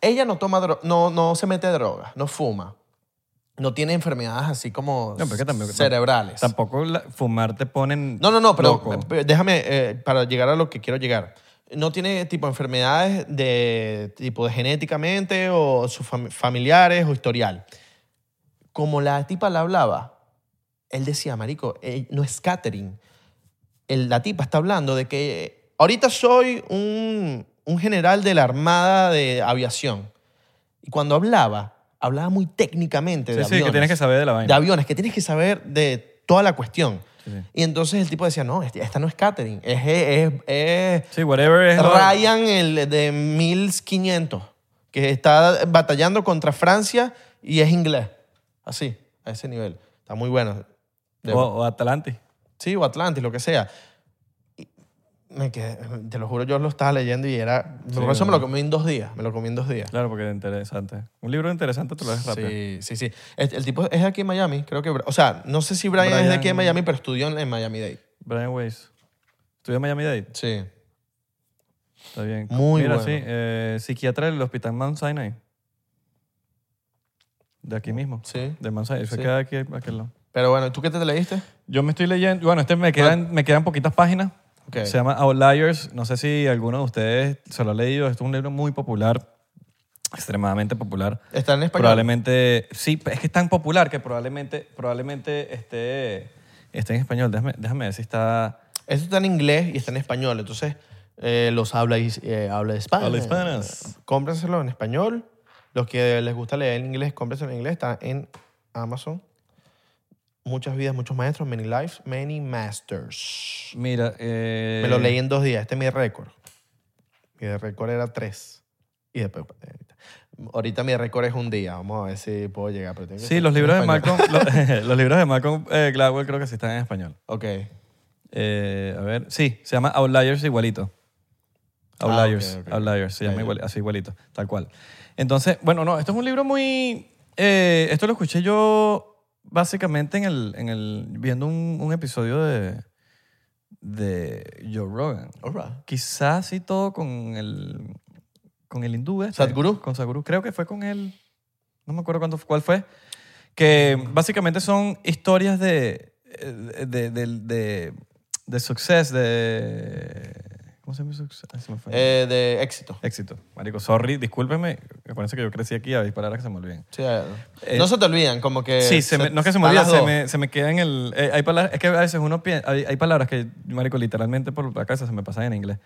Speaker 1: ella no toma dro- no, no se mete drogas, no fuma, no tiene enfermedades así como
Speaker 2: No, pero que también-
Speaker 1: cerebrales.
Speaker 2: Tampoco la- fumar te ponen
Speaker 1: No, no, no, pero
Speaker 2: loco.
Speaker 1: eh, déjame eh, para llegar a lo que quiero llegar. No tiene tipo enfermedades de tipo de genéticamente o sus fam- familiares o historial. Como la tipa la hablaba, él decía, marico, eh, no es catering. El- la tipa está hablando de que eh, ahorita soy un, un general de la Armada de Aviación. Y cuando hablaba, hablaba muy técnicamente
Speaker 2: Sí,
Speaker 1: de
Speaker 2: sí, que
Speaker 1: aviones.
Speaker 2: tienes que saber de la
Speaker 1: de
Speaker 2: vaina.
Speaker 1: aviones, que tienes que saber de toda la cuestión.
Speaker 2: Sí, sí.
Speaker 1: Y entonces el tipo decía, no, este- esta no es catering, es, es, es
Speaker 2: Sí, whatever es. lo-
Speaker 1: Ryan el de 1500, que está batallando contra Francia y es inglés. Así, a ese nivel. Está muy bueno. De-
Speaker 2: O, o Atlantis.
Speaker 1: Sí, o Atlantis, lo que sea. Y me quedé- te lo juro, yo lo estaba leyendo y era...
Speaker 2: Sí,
Speaker 1: por eso me lo
Speaker 2: ¿verdad?
Speaker 1: comí en dos días, me lo comí en dos días.
Speaker 2: Claro, porque es interesante. Un libro interesante te lo ves rápido.
Speaker 1: Sí, sí, sí. Este- El, tipo es de aquí en Miami, creo que... O sea, no sé si Brian, es de
Speaker 2: Brian-
Speaker 1: aquí en Miami, pero estudió en, en Miami-Dade.
Speaker 2: Brian Weiss. Estudió en Miami-Dade.
Speaker 1: Sí.
Speaker 2: Está bien.
Speaker 1: Muy
Speaker 2: Mira,
Speaker 1: bueno.
Speaker 2: sí. eh, psiquiatra del hospital Mount Sinai. De aquí mismo.
Speaker 1: Sí.
Speaker 2: De Mount Sinai. Se
Speaker 1: Sí.
Speaker 2: queda aquí, aquel lado.
Speaker 1: Pero bueno, ¿tú qué te leíste?
Speaker 2: Yo me estoy leyendo. Bueno, este me quedan, me quedan poquitas páginas.
Speaker 1: Ah. Ok.
Speaker 2: Se llama Outliers. No sé si alguno de ustedes se lo ha leído. Este es un libro muy popular, extremadamente popular.
Speaker 1: Está en español.
Speaker 2: Probablemente, sí, es que es tan popular que probablemente, probablemente esté, esté en español. Déjame, déjame ver si está...
Speaker 1: Esto está en inglés y está en español, entonces eh, los habla, is- eh, habla hispana.
Speaker 2: Habla hispanas.
Speaker 1: Cómprenselo en español. Los que les gusta leer en inglés, cómprenselo en inglés. Está en Amazon. Muchas vidas, muchos maestros, many lives, many masters.
Speaker 2: Mira, eh,
Speaker 1: Me lo leí en dos días. Este es mi récord. Mi récord era tres. Y después... eh, Ahorita mi récord es un día. Vamos a ver si puedo llegar. pero tiene que
Speaker 2: Sí,
Speaker 1: ser
Speaker 2: los
Speaker 1: en
Speaker 2: libros de
Speaker 1: español.
Speaker 2: Malcolm, lo- los, libros de Malcolm eh, Gladwell creo que sí están en español.
Speaker 1: Ok.
Speaker 2: Eh, a ver, sí, se llama Outliers igualito. Outliers,
Speaker 1: Ah, ok, ok.
Speaker 2: Outliers, se llama
Speaker 1: Ya, ya.
Speaker 2: igual- así igualito, tal cual. Entonces, bueno, no, esto es un libro muy... eh, esto lo escuché yo básicamente en el, en el viendo un, un episodio de, de Joe Rogan.
Speaker 1: All right.
Speaker 2: Quizás y todo con el, con el hindú este.
Speaker 1: ¿Sadhguru?
Speaker 2: Con Sadhguru. Creo que fue con él. No me acuerdo cuánto, cuál fue. Que básicamente son historias de... De, de, de, de, de success, de... ¿Cómo se llama success? Ah, se me fue.
Speaker 1: Eh, de éxito.
Speaker 2: Éxito. Marico, sorry, discúlpeme. Acuérdense que yo crecí aquí a disparar a que se me olviden.
Speaker 1: Sí, eh,
Speaker 2: Eh,
Speaker 1: no se te olvidan, como que...
Speaker 2: Sí, se me- no es que se me
Speaker 1: están
Speaker 2: olvida,
Speaker 1: las
Speaker 2: se
Speaker 1: dos.
Speaker 2: me, se me queda en el... eh, hay palabras, es que a veces uno piensa, hay, hay palabras que, marico, literalmente por la cabeza se me pasan en inglés.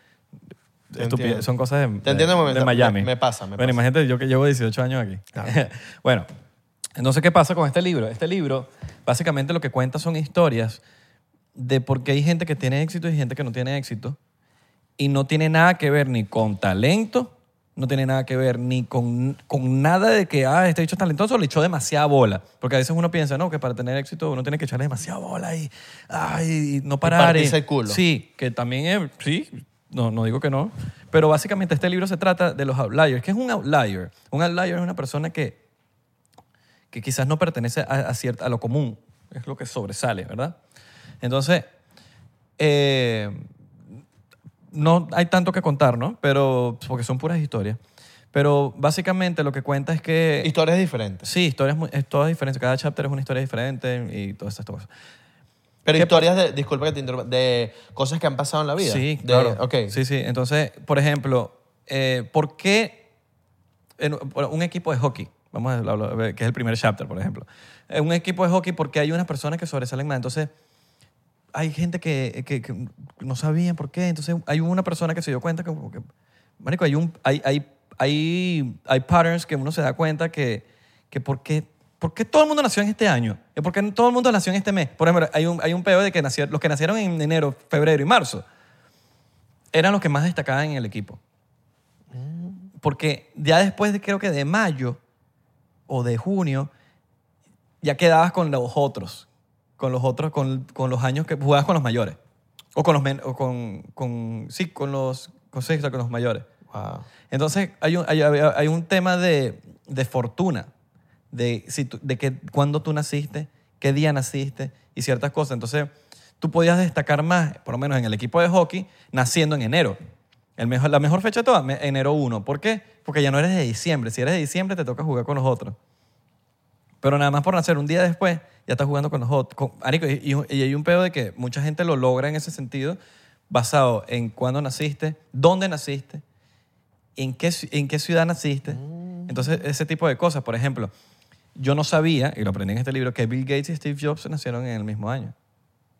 Speaker 1: Te
Speaker 2: Estupidez,
Speaker 1: entiendo.
Speaker 2: son cosas de,
Speaker 1: Te entiendo un momento.
Speaker 2: de, de Miami.
Speaker 1: Me- me pasa, me
Speaker 2: bueno,
Speaker 1: pasa.
Speaker 2: imagínate yo que llevo 18 años aquí. bueno, entonces, ¿qué pasa con este libro? Este libro, básicamente lo que cuenta son historias de por qué hay gente que tiene éxito y gente que no tiene éxito y no tiene nada que ver ni con talento, no tiene nada que ver ni con, con nada de que, ah, este bicho es talentoso, le echó demasiada bola. Porque a veces uno piensa, no, que para tener éxito uno tiene que echarle demasiada bola y, ay, y no parar.
Speaker 1: partirse el culo.
Speaker 2: Sí, que también es, sí, no, no digo que no. Pero básicamente este libro se trata de los outliers. ¿Qué es un outlier? Un outlier es una persona que que quizás no pertenece a, a cierta, a lo común, es lo que sobresale, ¿verdad? Entonces, eh, no hay tanto que contar, ¿no? Pero, porque son puras historias. Pero básicamente lo que cuenta es que...
Speaker 1: Historias diferentes.
Speaker 2: Sí, historias muy- es todas diferentes, cada chapter es una historia diferente y todas estas cosas.
Speaker 1: Pero
Speaker 2: ¿Qué
Speaker 1: historias de, disculpa que te interrumpa, de cosas que han pasado en la vida.
Speaker 2: Sí,
Speaker 1: De-
Speaker 2: claro.
Speaker 1: Ok.
Speaker 2: Sí, sí. Entonces, por ejemplo, eh, ¿por qué en- por un equipo de hockey? Vamos a hablar- a ver, que es el primer chapter, por ejemplo. En un equipo de hockey, porque hay unas personas que sobresalen más? Entonces, hay gente que, que- que no sabían por qué. Entonces, hay una persona que se dio cuenta que, como que, marico, hay, un, hay, hay, hay, hay patterns que uno se da cuenta que, que por qué... ¿Por qué todo el mundo nació en este año? ¿Y ¿Por qué todo el mundo nació en este mes? Por ejemplo, hay un, hay un peo de que nació- los que nacieron en enero, febrero y marzo eran los que más destacaban en el equipo. Porque ya después, de, creo que de mayo o de junio, ya quedabas con los otros, con los otros, con, con los años que jugabas con los mayores. O con los men- o con, con- sí, con los, con, sí, o sea, con los mayores.
Speaker 1: Wow.
Speaker 2: Entonces, hay un, hay, hay- hay un tema de, de fortuna, de, si tú- de que, cuándo tú naciste, qué día naciste y ciertas cosas. Entonces, tú podías destacar más, por lo menos en el equipo de hockey, naciendo en enero. El mejor, la mejor fecha de todas, me- enero 1. ¿Por qué? Porque ya no eres de diciembre. Si eres de diciembre, te toca jugar con los otros. Pero nada más por nacer un día después, ya estás jugando con los otros. con- marico, y, y- y hay un pedo de que mucha gente lo logra en ese sentido, basado en cuándo naciste, dónde naciste, en qué, ci- en qué ciudad naciste.
Speaker 1: Mm.
Speaker 2: Entonces, ese tipo de cosas. Por ejemplo, yo no sabía, y lo aprendí en este libro, que Bill Gates y Steve Jobs nacieron en el mismo año.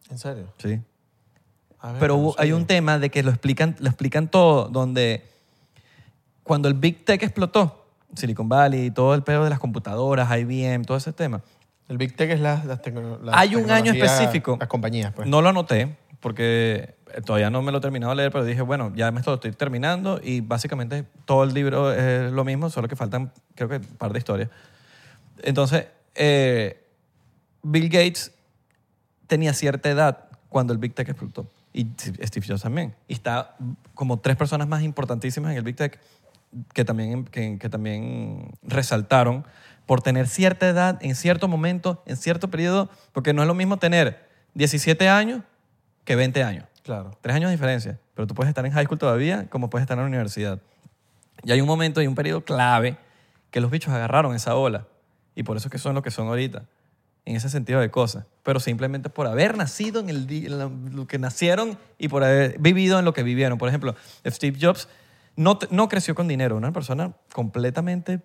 Speaker 1: ¿En serio?
Speaker 2: Sí.
Speaker 1: A ver,
Speaker 2: Pero
Speaker 1: Ah, no
Speaker 2: hubo- hay
Speaker 1: sabía.
Speaker 2: un tema de que lo explican, lo explican todo, donde cuando el Big Tech explotó, Silicon Valley, todo el pedo de las computadoras, IBM, todo ese tema,
Speaker 1: El Big Tech es las las tecno- las
Speaker 2: Hay un año
Speaker 1: tecnologías,
Speaker 2: específico.
Speaker 1: Las compañías, pues.
Speaker 2: No lo anoté porque eh, todavía no me lo he terminado de leer, pero dije, bueno, ya me lo estoy terminando y básicamente todo el libro es lo mismo, solo que faltan, creo que, un par de historias. Entonces, eh, Bill Gates tenía cierta edad cuando el Big Tech explotó. Y Steve Jobs también. Y está como tres personas más importantísimas en el Big Tech que también, que, que también resaltaron por tener cierta edad en cierto momento, en cierto periodo, porque no es lo mismo tener 17 años que 20 años.
Speaker 1: Claro.
Speaker 2: Tres años de diferencia, pero tú puedes estar en high school todavía como puedes estar en la universidad. Y hay un momento y un periodo clave que los bichos agarraron esa ola. Y por eso es que son lo que son ahorita, en ese sentido de cosas. Pero simplemente por haber nacido en, el, di- en la- lo que nacieron y por haber vivido en lo que vivieron. Por ejemplo, Steve Jobs no, te- no creció con dinero. Una persona completamente,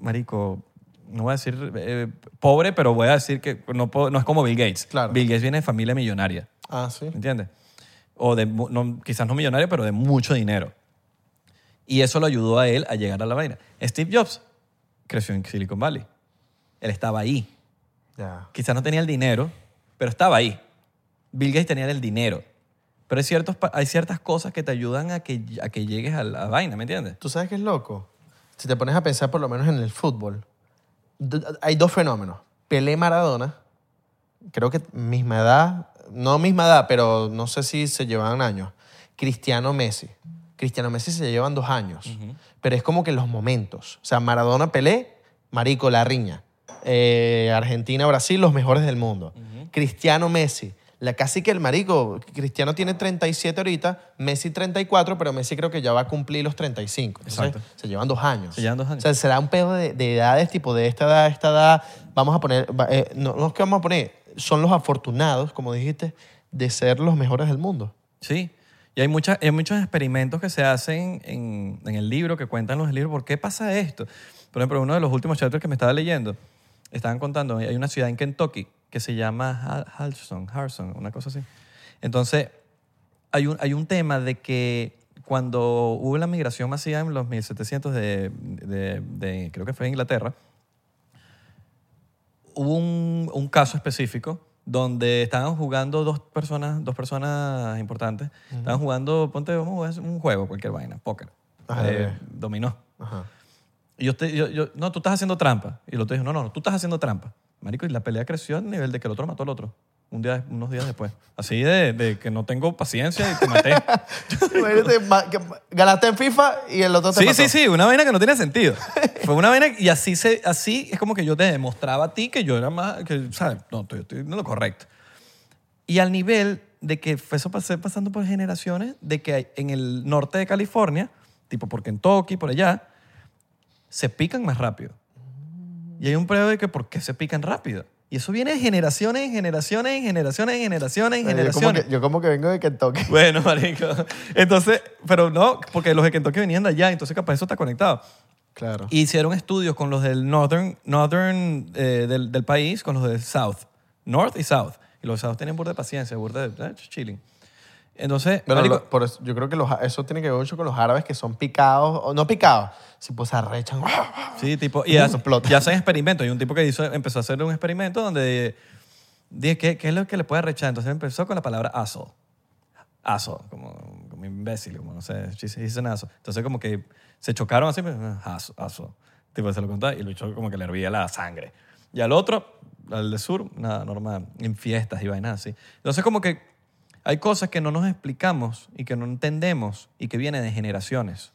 Speaker 2: marico, no voy a decir eh, pobre, pero voy a decir que no, puedo- no es como Bill Gates.
Speaker 1: Claro.
Speaker 2: Bill Gates viene de familia millonaria.
Speaker 1: Ah, sí.
Speaker 2: ¿Me entiendes? O de, mu- no- quizás no millonario, pero de mucho dinero. Y eso lo ayudó a él a llegar a la vaina. Steve Jobs creció en Silicon Valley. Él estaba ahí.
Speaker 1: Ya.
Speaker 2: Quizás no tenía el dinero, pero estaba ahí. Bill Gates tenía el dinero. Pero hay, ciertos, pa- hay ciertas cosas que te ayudan a que, a que llegues a la vaina, ¿me entiendes?
Speaker 1: ¿Tú sabes qué es loco? Si te pones a pensar por lo menos en el fútbol, d- hay dos fenómenos. Pelé Maradona, creo que misma edad, no misma edad, pero no sé si se llevan años. Cristiano Messi. Cristiano Messi se llevan dos años, pero es como que los momentos. O sea, Maradona, Pelé, Marico, La Riña. Eh, Argentina, Brasil, los mejores del mundo. Cristiano Messi. La, casi que el marico, Cristiano tiene 37 ahorita, Messi 34, pero Messi creo que ya va a cumplir los 35. Entonces,
Speaker 2: Exacto.
Speaker 1: Se llevan dos años.
Speaker 2: Se llevan dos años.
Speaker 1: O sea, será un pedo de, de edades, tipo de esta edad, esta edad. Vamos a poner, va- eh, no, no es que vamos a poner, son los afortunados, como dijiste, de ser los mejores del mundo.
Speaker 2: Sí. Y hay, muchas, hay muchos experimentos que se hacen en, en el libro, que cuentan los libros, ¿por qué pasa esto? Por ejemplo, uno de los últimos chapters que me estaba leyendo, estaban contando, hay una ciudad en Kentucky que se llama Harson, Harson, una cosa así. Entonces, hay un, hay un tema de que cuando hubo la migración masiva en los 1700 de, de- de- creo que fue en Inglaterra, hubo un, un caso específico donde estaban jugando dos personas, dos personas importantes. Estaban jugando, ponte, vamos a jugar un juego, cualquier vaina, póker.
Speaker 1: Ah,
Speaker 2: Eh,
Speaker 1: ok.
Speaker 2: dominó.
Speaker 1: Ajá.
Speaker 2: Y yo, te- yo- yo, no, tú estás haciendo trampa. Y el otro dijo, no, no, no, tú estás haciendo trampa. Marico, y la pelea creció al nivel de que el otro mató al otro. Un día, unos días después. Así de, de que no tengo paciencia y te maté.
Speaker 1: Imagínate, ma- que- ganaste en FIFA y el otro te
Speaker 2: sí,
Speaker 1: mató.
Speaker 2: sí, sí, una vaina que no tiene sentido. Fue una vaina y así, se, así es como que yo te demostraba a ti que yo era más, que, ¿sabes? No, estoy, estoy no lo correcto. Y al nivel de que fue eso pasé pasando por generaciones, de que hay- en el norte de California, tipo por Kentucky, por allá, se pican más rápido. Y hay un prueba de que por qué se pican rápido. Y eso viene de generaciones en generaciones en generaciones en generaciones
Speaker 1: Eh,
Speaker 2: en
Speaker 1: Yo como,
Speaker 2: generaciones.
Speaker 1: que, yo como que vengo de Kentucky.
Speaker 2: Bueno, marico. Entonces, pero no, porque los de Kentucky venían de allá, entonces capaz eso está conectado.
Speaker 1: Claro.
Speaker 2: Y Hicieron estudios con los del Northern, northern eh, del, del país, con los del South. North y South. Y los South tienen burda de paciencia, burda de eh, chilling. Entonces,
Speaker 1: Pero
Speaker 2: marico,
Speaker 1: lo- por eso- yo creo que los- eso tiene que ver mucho con los árabes que son picados, o no picados, si pues se arrechan.
Speaker 2: sí, tipo, y,
Speaker 1: Uh,
Speaker 2: hace-
Speaker 1: explota.
Speaker 2: y hacen experimentos. Y un tipo que hizo, empezó a hacer un experimento donde dije, ¿qué, qué es lo que le puede rechazar? Entonces empezó con la palabra asshole. Asshole, como, como como imbécil, como no sé, dice nada. Entonces como que se chocaron así, pues, ah, aso, aso. Tipo, se lo contaba y el bicho como que le hervía la sangre. Y al otro, al de sur, nada, normal, en fiestas y vainas así. Entonces como que hay cosas que no nos explicamos y que no entendemos y que vienen de generaciones.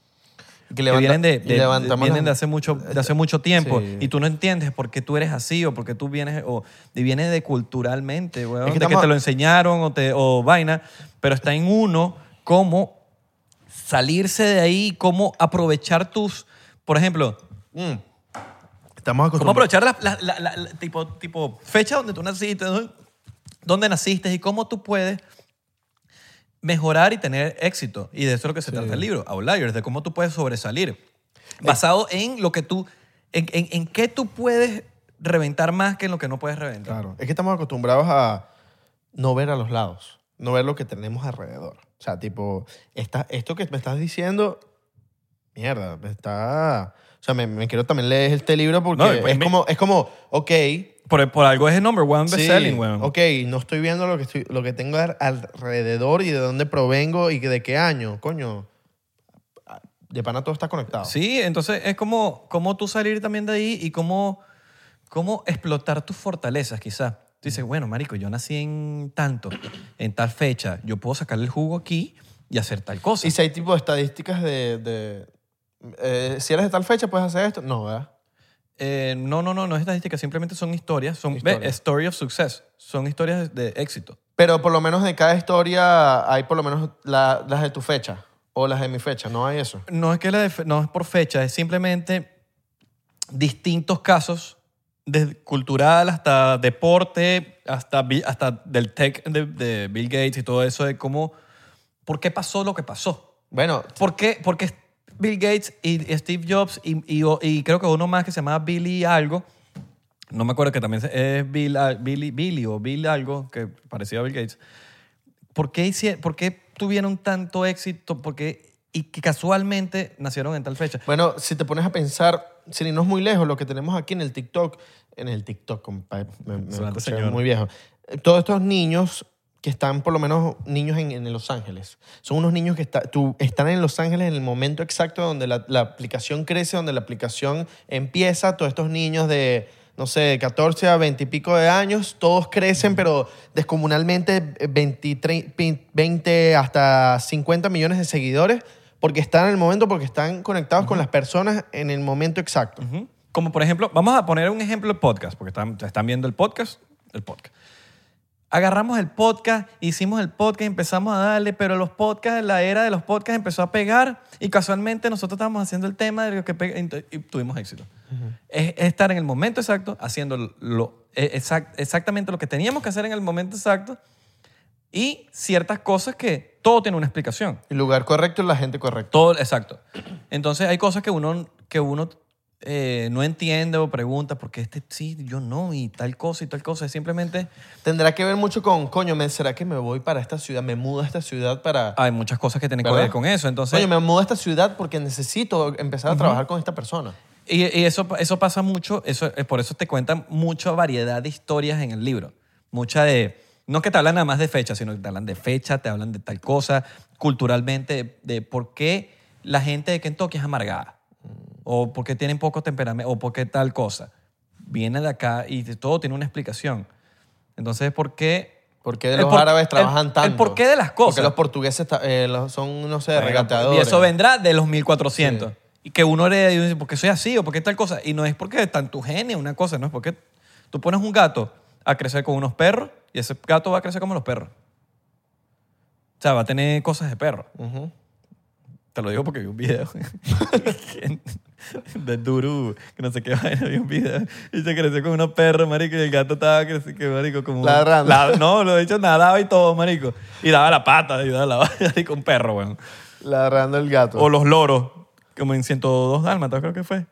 Speaker 1: Y
Speaker 2: Que
Speaker 1: levanta-
Speaker 2: vienen de,
Speaker 1: y
Speaker 2: de-
Speaker 1: levantamos
Speaker 2: vienen de
Speaker 1: las-
Speaker 2: hace mucho, de hace mucho tiempo
Speaker 1: Sí.
Speaker 2: y tú no entiendes por qué tú eres así o por qué tú vienes o y viene de culturalmente, weón,
Speaker 1: Es que
Speaker 2: de que
Speaker 1: estamos-
Speaker 2: te lo enseñaron o, te, o vaina, pero está en uno cómo salirse de ahí, cómo aprovechar tus, por ejemplo,
Speaker 1: Mm. Estamos
Speaker 2: cómo
Speaker 1: acostumbrados.
Speaker 2: aprovechar las las- la- la- la- tipo, tipo fecha donde tú naciste, dónde- dónde naciste y cómo tú puedes mejorar y tener éxito. Y de eso es lo que se trata el libro, Outliers, de cómo tú puedes
Speaker 1: Eh.
Speaker 2: sobresalir. Basado en lo que tú, en, en, en qué tú puedes reventar más que en lo que no puedes reventar.
Speaker 1: Claro. Es que estamos acostumbrados a no ver a los lados, no ver lo que tenemos alrededor. O sea, tipo, esta, esto que me estás diciendo, mierda, me está... O sea, me, me quiero también leer este libro porque
Speaker 2: No, y pues
Speaker 1: es,
Speaker 2: me-
Speaker 1: como, es como, ok,
Speaker 2: Por, por algo es el number one best
Speaker 1: sí,
Speaker 2: selling, weón.
Speaker 1: ok, no estoy viendo lo que, estoy, lo que tengo al- alrededor y de dónde provengo y que de qué año, coño. De pana todo está conectado.
Speaker 2: Sí, entonces es como, como tú salir también de ahí y cómo, cómo explotar tus fortalezas, quizás. Tú dices, bueno, marico, yo nací en tanto, en tal fecha, yo puedo sacarle el jugo aquí y hacer tal cosa.
Speaker 1: Y si hay tipo de estadísticas de... de, eh, si eres de tal fecha, puedes hacer esto. No, ¿verdad?
Speaker 2: Eh, no, no, no, no es estadística, simplemente son historias, son
Speaker 1: Historias.
Speaker 2: ve, story of success, son historias de, de éxito.
Speaker 1: Pero por lo menos de cada historia hay por lo menos la- las de tu fecha o las de mi fecha, no hay eso.
Speaker 2: No es que la de fe- no es por fecha, es simplemente distintos casos, desde cultural hasta deporte, hasta, bi- hasta del tech de, de Bill Gates y todo eso, de cómo, por qué pasó lo que pasó.
Speaker 1: Bueno,
Speaker 2: ¿Por qué, por qué Bill Gates y Steve Jobs y, y- y creo que uno más que se llamaba Billy algo, no me acuerdo que también es Bill, Billy, Billy o Bill algo, que parecía a Bill Gates, ¿por qué, hicie- por qué tuvieron tanto éxito? ¿Por qué- y que casualmente nacieron en tal fecha?
Speaker 1: bueno, si te pones a pensar, sin irnos muy lejos, lo que tenemos aquí en el TikTok, en el TikTok, compa, me, me
Speaker 2: Suena
Speaker 1: escuché
Speaker 2: señor.
Speaker 1: muy viejo. Eh, Todos estos niños que están, por lo menos niños en, en Los Ángeles, son unos niños que está- tú- están en Los Ángeles en el momento exacto donde la, la aplicación crece, donde la aplicación empieza, todos estos niños de... No sé, 14 a 20 y pico de años, todos crecen, pero descomunalmente eh, 20, tre- 20 hasta 50 millones de seguidores, porque están en el momento, porque están conectados con las personas en el momento exacto.
Speaker 2: Ujú. Como por ejemplo, vamos a poner un ejemplo de podcast, porque están, están viendo el podcast, el podcast. Agarramos el podcast, hicimos el podcast, empezamos a darle, pero los podcasts, la era de los podcasts empezó a pegar y casualmente nosotros estábamos haciendo el tema de lo que pega, ento- y tuvimos éxito. es, es estar en el momento exacto, haciendo lo, eh, exact- exactamente lo que teníamos que hacer en el momento exacto y ciertas cosas que todo tiene una explicación.
Speaker 1: El lugar correcto y la gente correcta.
Speaker 2: Todo, exacto. Entonces hay cosas que uno, que uno eh, no entiende o pregunta porque este sí, yo no, y tal cosa y tal cosa. Es simplemente
Speaker 1: Tendrá que ver mucho con, coño, me- ¿será que me voy para esta ciudad? ¿Me mudo a esta ciudad para...?
Speaker 2: hay muchas cosas que tienen que
Speaker 1: ¿Verdad?
Speaker 2: ver con eso. Entonces,
Speaker 1: Coño, me mudo a esta ciudad porque necesito empezar a trabajar con esta persona.
Speaker 2: Y, y eso, eso pasa mucho, eso, eh, por eso te cuentan mucha variedad de historias en el libro. Mucha de. No que te hablan nada más de fecha, sino que te hablan de fecha, te hablan de tal cosa, culturalmente, de, de por qué la gente de Kentucky es amargada, o por qué tienen poco temperamento, o por qué tal cosa. Viene de acá y de- todo tiene una explicación. Entonces, ¿por qué?
Speaker 1: ¿Por qué
Speaker 2: el
Speaker 1: los
Speaker 2: por-
Speaker 1: árabes
Speaker 2: el-
Speaker 1: trabajan tanto?
Speaker 2: El porqué de las
Speaker 1: Porque
Speaker 2: cosas.
Speaker 1: los portugueses ta- eh, los- son, no sé, regateadores.
Speaker 2: Y eso vendrá de los 1400. Y que uno hereda y uno dice, ¿por qué soy así? ¿O por qué tal cosa? Y no es porque tan tu genio, una cosa, no es porque tú pones un gato a crecer con unos perros y ese gato va a crecer como los perros. O sea, va a tener cosas de perro.
Speaker 1: Ujú.
Speaker 2: Te lo digo porque vi un video. de Duru, que no sé qué vaina, vi un video. Y se creció con unos perros, marico, y el gato estaba creciendo, que marico, como... un-
Speaker 1: Ladrando.
Speaker 2: la- no, lo he hecho nadaba y todo, marico. Y daba la pata, y daba la marico, un perro, weón.
Speaker 1: Ladrando el gato.
Speaker 2: O los loros, como en 102 Dálmatas, creo que fue.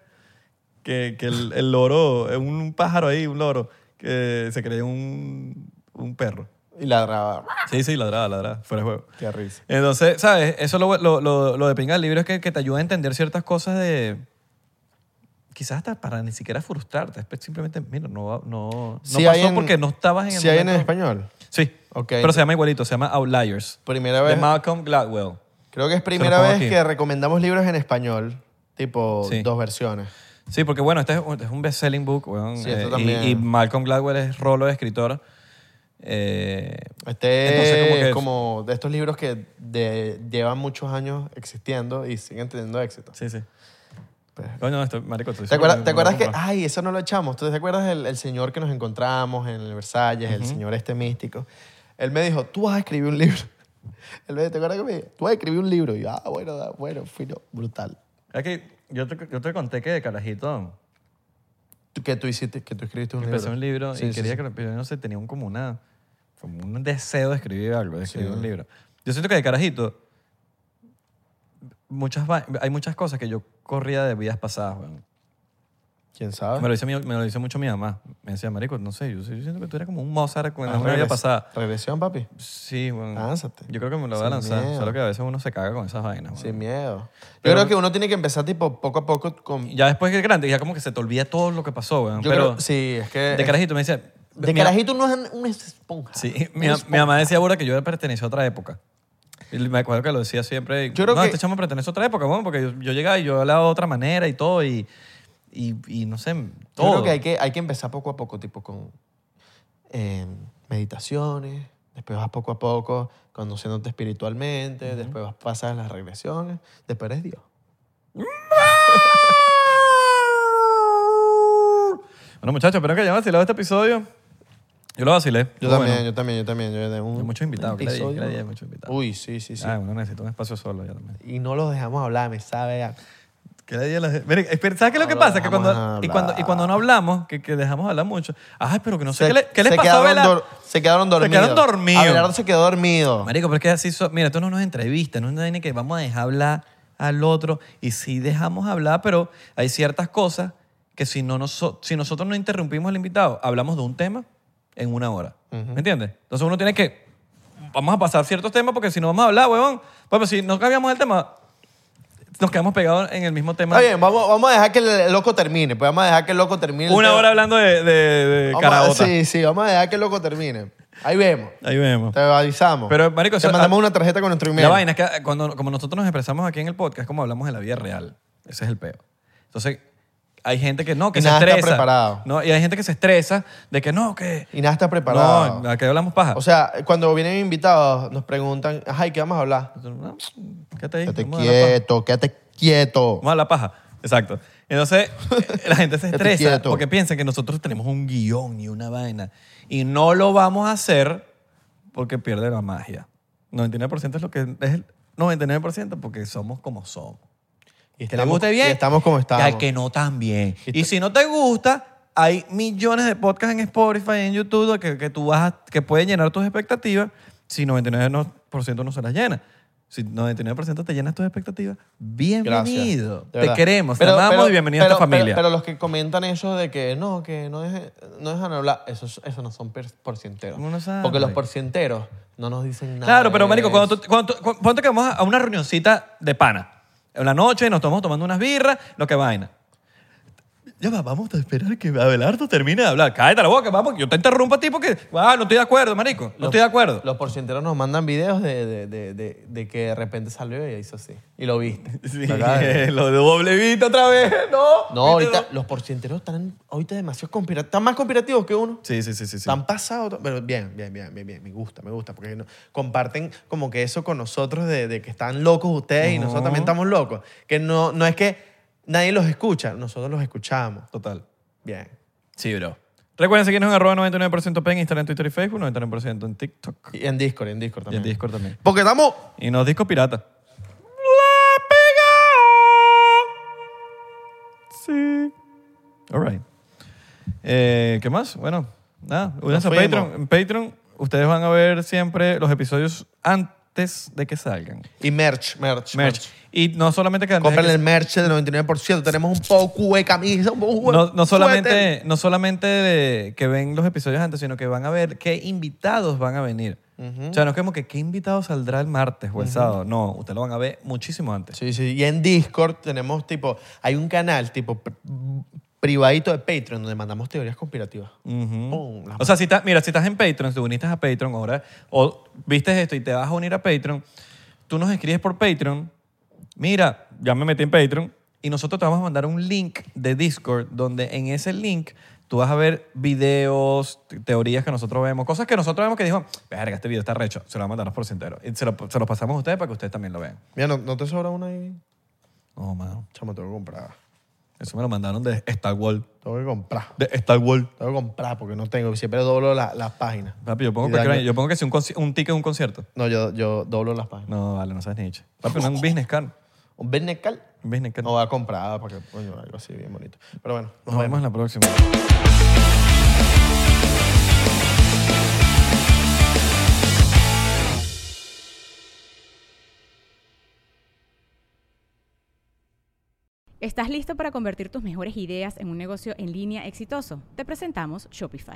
Speaker 2: Que, que el, el loro, eh, un pájaro ahí, un loro, que se creía un, un perro.
Speaker 1: Y ladraba.
Speaker 2: Sí, sí, ladraba, ladraba, fuera de juego.
Speaker 1: Qué risa.
Speaker 2: Entonces, ¿sabes? Eso lo, lo, lo, lo de pinga del libro es que, que te ayuda a entender ciertas cosas de. Quizás hasta para ni siquiera frustrarte. Es simplemente, mira, no, va- no, no
Speaker 1: Sí hay
Speaker 2: pasó
Speaker 1: en-
Speaker 2: porque no estabas en el
Speaker 1: Si hay en
Speaker 2: momento.
Speaker 1: español.
Speaker 2: Sí.
Speaker 1: Ok.
Speaker 2: Pero se llama igualito, se llama Outliers.
Speaker 1: Primera
Speaker 2: De
Speaker 1: vez.
Speaker 2: Malcolm Gladwell.
Speaker 1: Creo que es primera
Speaker 2: pongo
Speaker 1: vez
Speaker 2: aquí.
Speaker 1: que recomendamos libros en español, tipo
Speaker 2: Sí.
Speaker 1: dos versiones.
Speaker 2: Sí, porque bueno, este es un, este es un best-selling book, weón.
Speaker 1: Sí, esto
Speaker 2: eh, y-
Speaker 1: también.
Speaker 2: y, Malcolm Gladwell es rolo de escritor. Eh, Entonces, ¿cómo
Speaker 1: Este
Speaker 2: que
Speaker 1: es
Speaker 2: es?
Speaker 1: como de estos libros que de- llevan muchos años existiendo y siguen teniendo éxito.
Speaker 2: sí, sí. Coño, esto, marico, estoy
Speaker 1: Pues, ¿Te acuerdas,
Speaker 2: seguro
Speaker 1: te
Speaker 2: que me lo
Speaker 1: acuerdas
Speaker 2: voy
Speaker 1: que,
Speaker 2: a comprar.
Speaker 1: ay, eso no lo echamos? ¿Tú te acuerdas del el señor que nos encontramos en el Versalles, el señor este místico? Él me dijo, tú vas a escribir un libro. Él me dijo, ¿te acuerdas que me dijo? Tú vas a escribir un libro. Y yo, ah, bueno, da- bueno, fui yo, brutal.
Speaker 2: Es que yo te, yo te conté que de carajito
Speaker 1: Tú- Que tú hiciste, que tú escribiste un
Speaker 2: empecé
Speaker 1: libro.
Speaker 2: un libro
Speaker 1: Sí,
Speaker 2: y
Speaker 1: sí,
Speaker 2: quería
Speaker 1: sí.
Speaker 2: que, pero yo no sé, tenía un, como una, como un deseo de escribir algo, de escribir un libro. Yo siento que de carajito muchas, va- hay muchas cosas que yo corría de vidas pasadas, weón.
Speaker 1: ¿Quién sabe?
Speaker 2: Me lo, dice, mi- me lo dice mucho mi mamá. Me decía, marico, no sé, yo, yo siento que tú eras como un Mozart en
Speaker 1: Ah,
Speaker 2: una vida
Speaker 1: regres-
Speaker 2: pasada.
Speaker 1: Regresión, papi.
Speaker 2: Sí, bueno.
Speaker 1: Lánzate.
Speaker 2: Yo creo que me lo voy a
Speaker 1: Sin
Speaker 2: lanzar.
Speaker 1: miedo.
Speaker 2: Solo que a veces uno se caga con esas vainas. weón.
Speaker 1: Sin miedo. Yo
Speaker 2: Pero-
Speaker 1: creo que uno tiene que empezar tipo poco a poco con...
Speaker 2: Ya después que es grande, ya como que se te olvida todo lo que pasó, weón.
Speaker 1: Yo
Speaker 2: Pero
Speaker 1: creo- sí, es que...
Speaker 2: de carajito me decía...
Speaker 1: de
Speaker 2: mi-
Speaker 1: carajito uno es una esponja.
Speaker 2: Sí, mi,
Speaker 1: Una
Speaker 2: mi
Speaker 1: esponja.
Speaker 2: mamá decía ahora que yo pertenecía a otra época. Y me acuerdo que lo decía siempre. y,
Speaker 1: Yo creo
Speaker 2: no,
Speaker 1: que-
Speaker 2: este chamo pertenece a otra época, weón, porque yo, yo llegaba y yo hablaba de otra manera y todo y... Y, y no sé, todo.
Speaker 1: Yo creo que hay, que hay que empezar poco a poco, tipo con eh, meditaciones, después vas poco a poco conociéndote espiritualmente, después vas, pasas las regresiones, después eres Dios.
Speaker 2: Bueno, muchachos, espero que hayan vacilado este episodio. Yo lo vacilé.
Speaker 1: Yo
Speaker 2: Estuvo
Speaker 1: también,
Speaker 2: bueno.
Speaker 1: yo también, yo también. Yo de un,
Speaker 2: Hay muchos invitados, que le dije, que le dije,
Speaker 1: ¿no?
Speaker 2: muchos invitados.
Speaker 1: Uy, sí, sí, sí.
Speaker 2: Ah, bueno, necesito un espacio solo ya también.
Speaker 1: Y no los dejamos hablar, me sabe. a-
Speaker 2: Que la día la- Mira, espera, ¿Sabes qué es lo que
Speaker 1: No
Speaker 2: pasa? Que
Speaker 1: dejamos
Speaker 2: cuando, y, cuando, y cuando no hablamos, que, que dejamos hablar mucho. Ay, pero que no sé qué, le, qué les
Speaker 1: se
Speaker 2: pasó a
Speaker 1: quedaron
Speaker 2: Bela.
Speaker 1: dor- se quedaron
Speaker 2: Se
Speaker 1: dormidos.
Speaker 2: quedaron dormidos.
Speaker 1: Abelardo se quedó dormido.
Speaker 2: Marico, pero es que así. so- Mira, esto no nos entrevista, no es una vaina que vamos a dejar hablar al otro. Y sí dejamos hablar, pero hay ciertas cosas que si, no noso- si nosotros no interrumpimos al invitado, hablamos de un tema en una hora. ¿Me entiendes? Entonces uno tiene que. Vamos a pasar ciertos temas porque si no vamos a hablar, huevón. Bueno, si no cambiamos el tema, nos quedamos pegados en el mismo tema.
Speaker 1: Está bien, vamos, vamos a dejar que el loco termine. Pues vamos a dejar que el loco termine. el
Speaker 2: Una
Speaker 1: tema.
Speaker 2: hora hablando de, de, de
Speaker 1: Vamos a-
Speaker 2: caraota.
Speaker 1: Sí, sí, vamos a dejar que el loco termine. Ahí vemos.
Speaker 2: Ahí vemos.
Speaker 1: Te avisamos.
Speaker 2: Pero, marico,
Speaker 1: te
Speaker 2: eso- ah,
Speaker 1: mandamos una tarjeta con nuestro email.
Speaker 2: La vaina es que eh, cuando, como nosotros nos expresamos aquí en el podcast, como hablamos de la vida real. Ese es el peo. Entonces, hay gente que no, que
Speaker 1: Y
Speaker 2: se
Speaker 1: nada está
Speaker 2: estresa.
Speaker 1: preparado.
Speaker 2: No, y hay gente que se estresa de que no, que.
Speaker 1: Y nada está preparado.
Speaker 2: No, aquí hablamos paja.
Speaker 1: O sea, cuando vienen invitados, nos preguntan, ajá, ¿y qué vamos a hablar?
Speaker 2: No, quédate ahí.
Speaker 1: Quédate
Speaker 2: vamos a hablar paja.
Speaker 1: quieto, quédate quieto.
Speaker 2: Vamos a la paja. Exacto. Entonces, eh, la gente se
Speaker 1: Estate
Speaker 2: estresa
Speaker 1: quieto.
Speaker 2: porque piensa que nosotros tenemos un guión y una vaina. Y no lo vamos a hacer porque pierde la magia. 99% es lo que es el 99% porque somos como somos.
Speaker 1: Y
Speaker 2: Que
Speaker 1: estamos-
Speaker 2: le guste bien.
Speaker 1: y estamos como estamos.
Speaker 2: Y al que no también.
Speaker 1: Y
Speaker 2: Y si no te gusta, hay millones de podcasts en Spotify, en YouTube, que, que tú vas a- que pueden llenar tus expectativas si 99% no se las llena. Si 99% te llenas tus expectativas,
Speaker 1: Gracias.
Speaker 2: bienvenido.
Speaker 1: De
Speaker 2: Te
Speaker 1: verdad.
Speaker 2: queremos,
Speaker 1: Pero-
Speaker 2: te amamos
Speaker 1: pero-
Speaker 2: y bienvenido a
Speaker 1: pero-
Speaker 2: esta familia.
Speaker 1: Pero, pero los que comentan eso de que no, que no, deje- no dejan hablar, esos, esos no son per- porcienteros.
Speaker 2: Uno no sabe.
Speaker 1: Porque los porcienteros no nos dicen nada.
Speaker 2: Claro, pero
Speaker 1: de
Speaker 2: marico,
Speaker 1: eso.
Speaker 2: cuando tú, cuando tú- cu- ponte que vamos a una reunioncita de pana. En la noche nos estamos tomando unas birras, lo que vaina. Ya va, vamos a esperar que Abelardo termine de hablar. Cállate la boca, vamos, que yo te interrumpo a ti porque, ah, no estoy de acuerdo, marico, no
Speaker 1: Los-
Speaker 2: estoy de acuerdo.
Speaker 1: Los porcienteros nos mandan videos de, de, de, de, de que de repente salió y hizo así. Y lo viste.
Speaker 2: Sí,
Speaker 1: Lo acabas de ver.
Speaker 2: lo de doble vista otra vez, no.
Speaker 1: No, ahorita los porcienteros están ahorita demasiado conspirativos. Están más conspirativos que uno.
Speaker 2: Sí, sí, sí, sí. sí.
Speaker 1: Están pasados. Pero bien, bien, bien, bien, bien. Me gusta, me gusta. Porque no- comparten como que eso con nosotros de, de que están locos ustedes y nosotros también estamos locos. Que no, no es que nadie los escucha, nosotros los escuchamos.
Speaker 2: Total.
Speaker 1: Bien.
Speaker 2: Sí, bro. Recuerden seguirnos en arroba 99% P en Instagram, Twitter y Facebook, 99% en TikTok
Speaker 1: Y en Discord, y en Discord
Speaker 2: y en
Speaker 1: también.
Speaker 2: Discord también.
Speaker 1: Porque estamos.
Speaker 2: Y nos disco pirata. Sí. All right. Eh, ¿Qué más? Bueno, nada. Únanse a
Speaker 1: fuimos.
Speaker 2: Patreon. En Patreon ustedes van a ver siempre los episodios antes de que salgan.
Speaker 1: Y merch, merch.
Speaker 2: Merch. Y no solamente que antes de
Speaker 1: Compren
Speaker 2: que-
Speaker 1: el merch del 99%. Tenemos un poco de camisa, un poco de
Speaker 2: no, no
Speaker 1: suéter.
Speaker 2: solamente, no solamente de que ven los episodios antes, sino que van a ver qué invitados van a venir. O sea, no es como que qué invitado saldrá el martes o el sábado. No, ustedes lo van a ver muchísimo antes.
Speaker 1: Sí, sí. Y en Discord tenemos tipo. Hay un canal tipo pr- privadito de Patreon donde mandamos teorías conspirativas. Pum, las
Speaker 2: O sea, si estás- mira, si estás en Patreon, si te uniste a Patreon ahora, o viste esto y te vas a unir a Patreon, tú nos escribes por Patreon, mira, ya me metí en Patreon, y nosotros te vamos a mandar un link de Discord donde en ese link tú vas a ver videos, te- teorías que nosotros vemos, cosas que nosotros vemos que dijo, verga, este video está recho, se lo vamos a mandar por entero. Y se lo, se los pasamos a ustedes para que ustedes también lo vean.
Speaker 1: Mira, ¿no, no te sobra una ahí?
Speaker 2: Oh, mano.
Speaker 1: Chamo, tengo que comprar.
Speaker 2: Eso me lo mandaron de Star Wars.
Speaker 1: Tengo que comprar.
Speaker 2: De Star Wars.
Speaker 1: Tengo que comprar porque no tengo. Siempre doblo la- las páginas.
Speaker 2: Papi, yo pongo,
Speaker 1: Y
Speaker 2: cualquier
Speaker 1: daño-
Speaker 2: vaina. yo pongo que si un, conci- un ticket es un concierto.
Speaker 1: No, yo, yo doblo las páginas.
Speaker 2: No, vale, no sabes ni hecho. Papi, no es un business card.
Speaker 1: Un business card.
Speaker 2: Un business card.
Speaker 1: No voy a comprar para que, coño, algo así bien bonito. Pero bueno, nos vemos.
Speaker 2: Nos vemos en la próxima.
Speaker 3: ¿Estás listo para convertir tus mejores ideas en un negocio en línea exitoso? Te presentamos Shopify.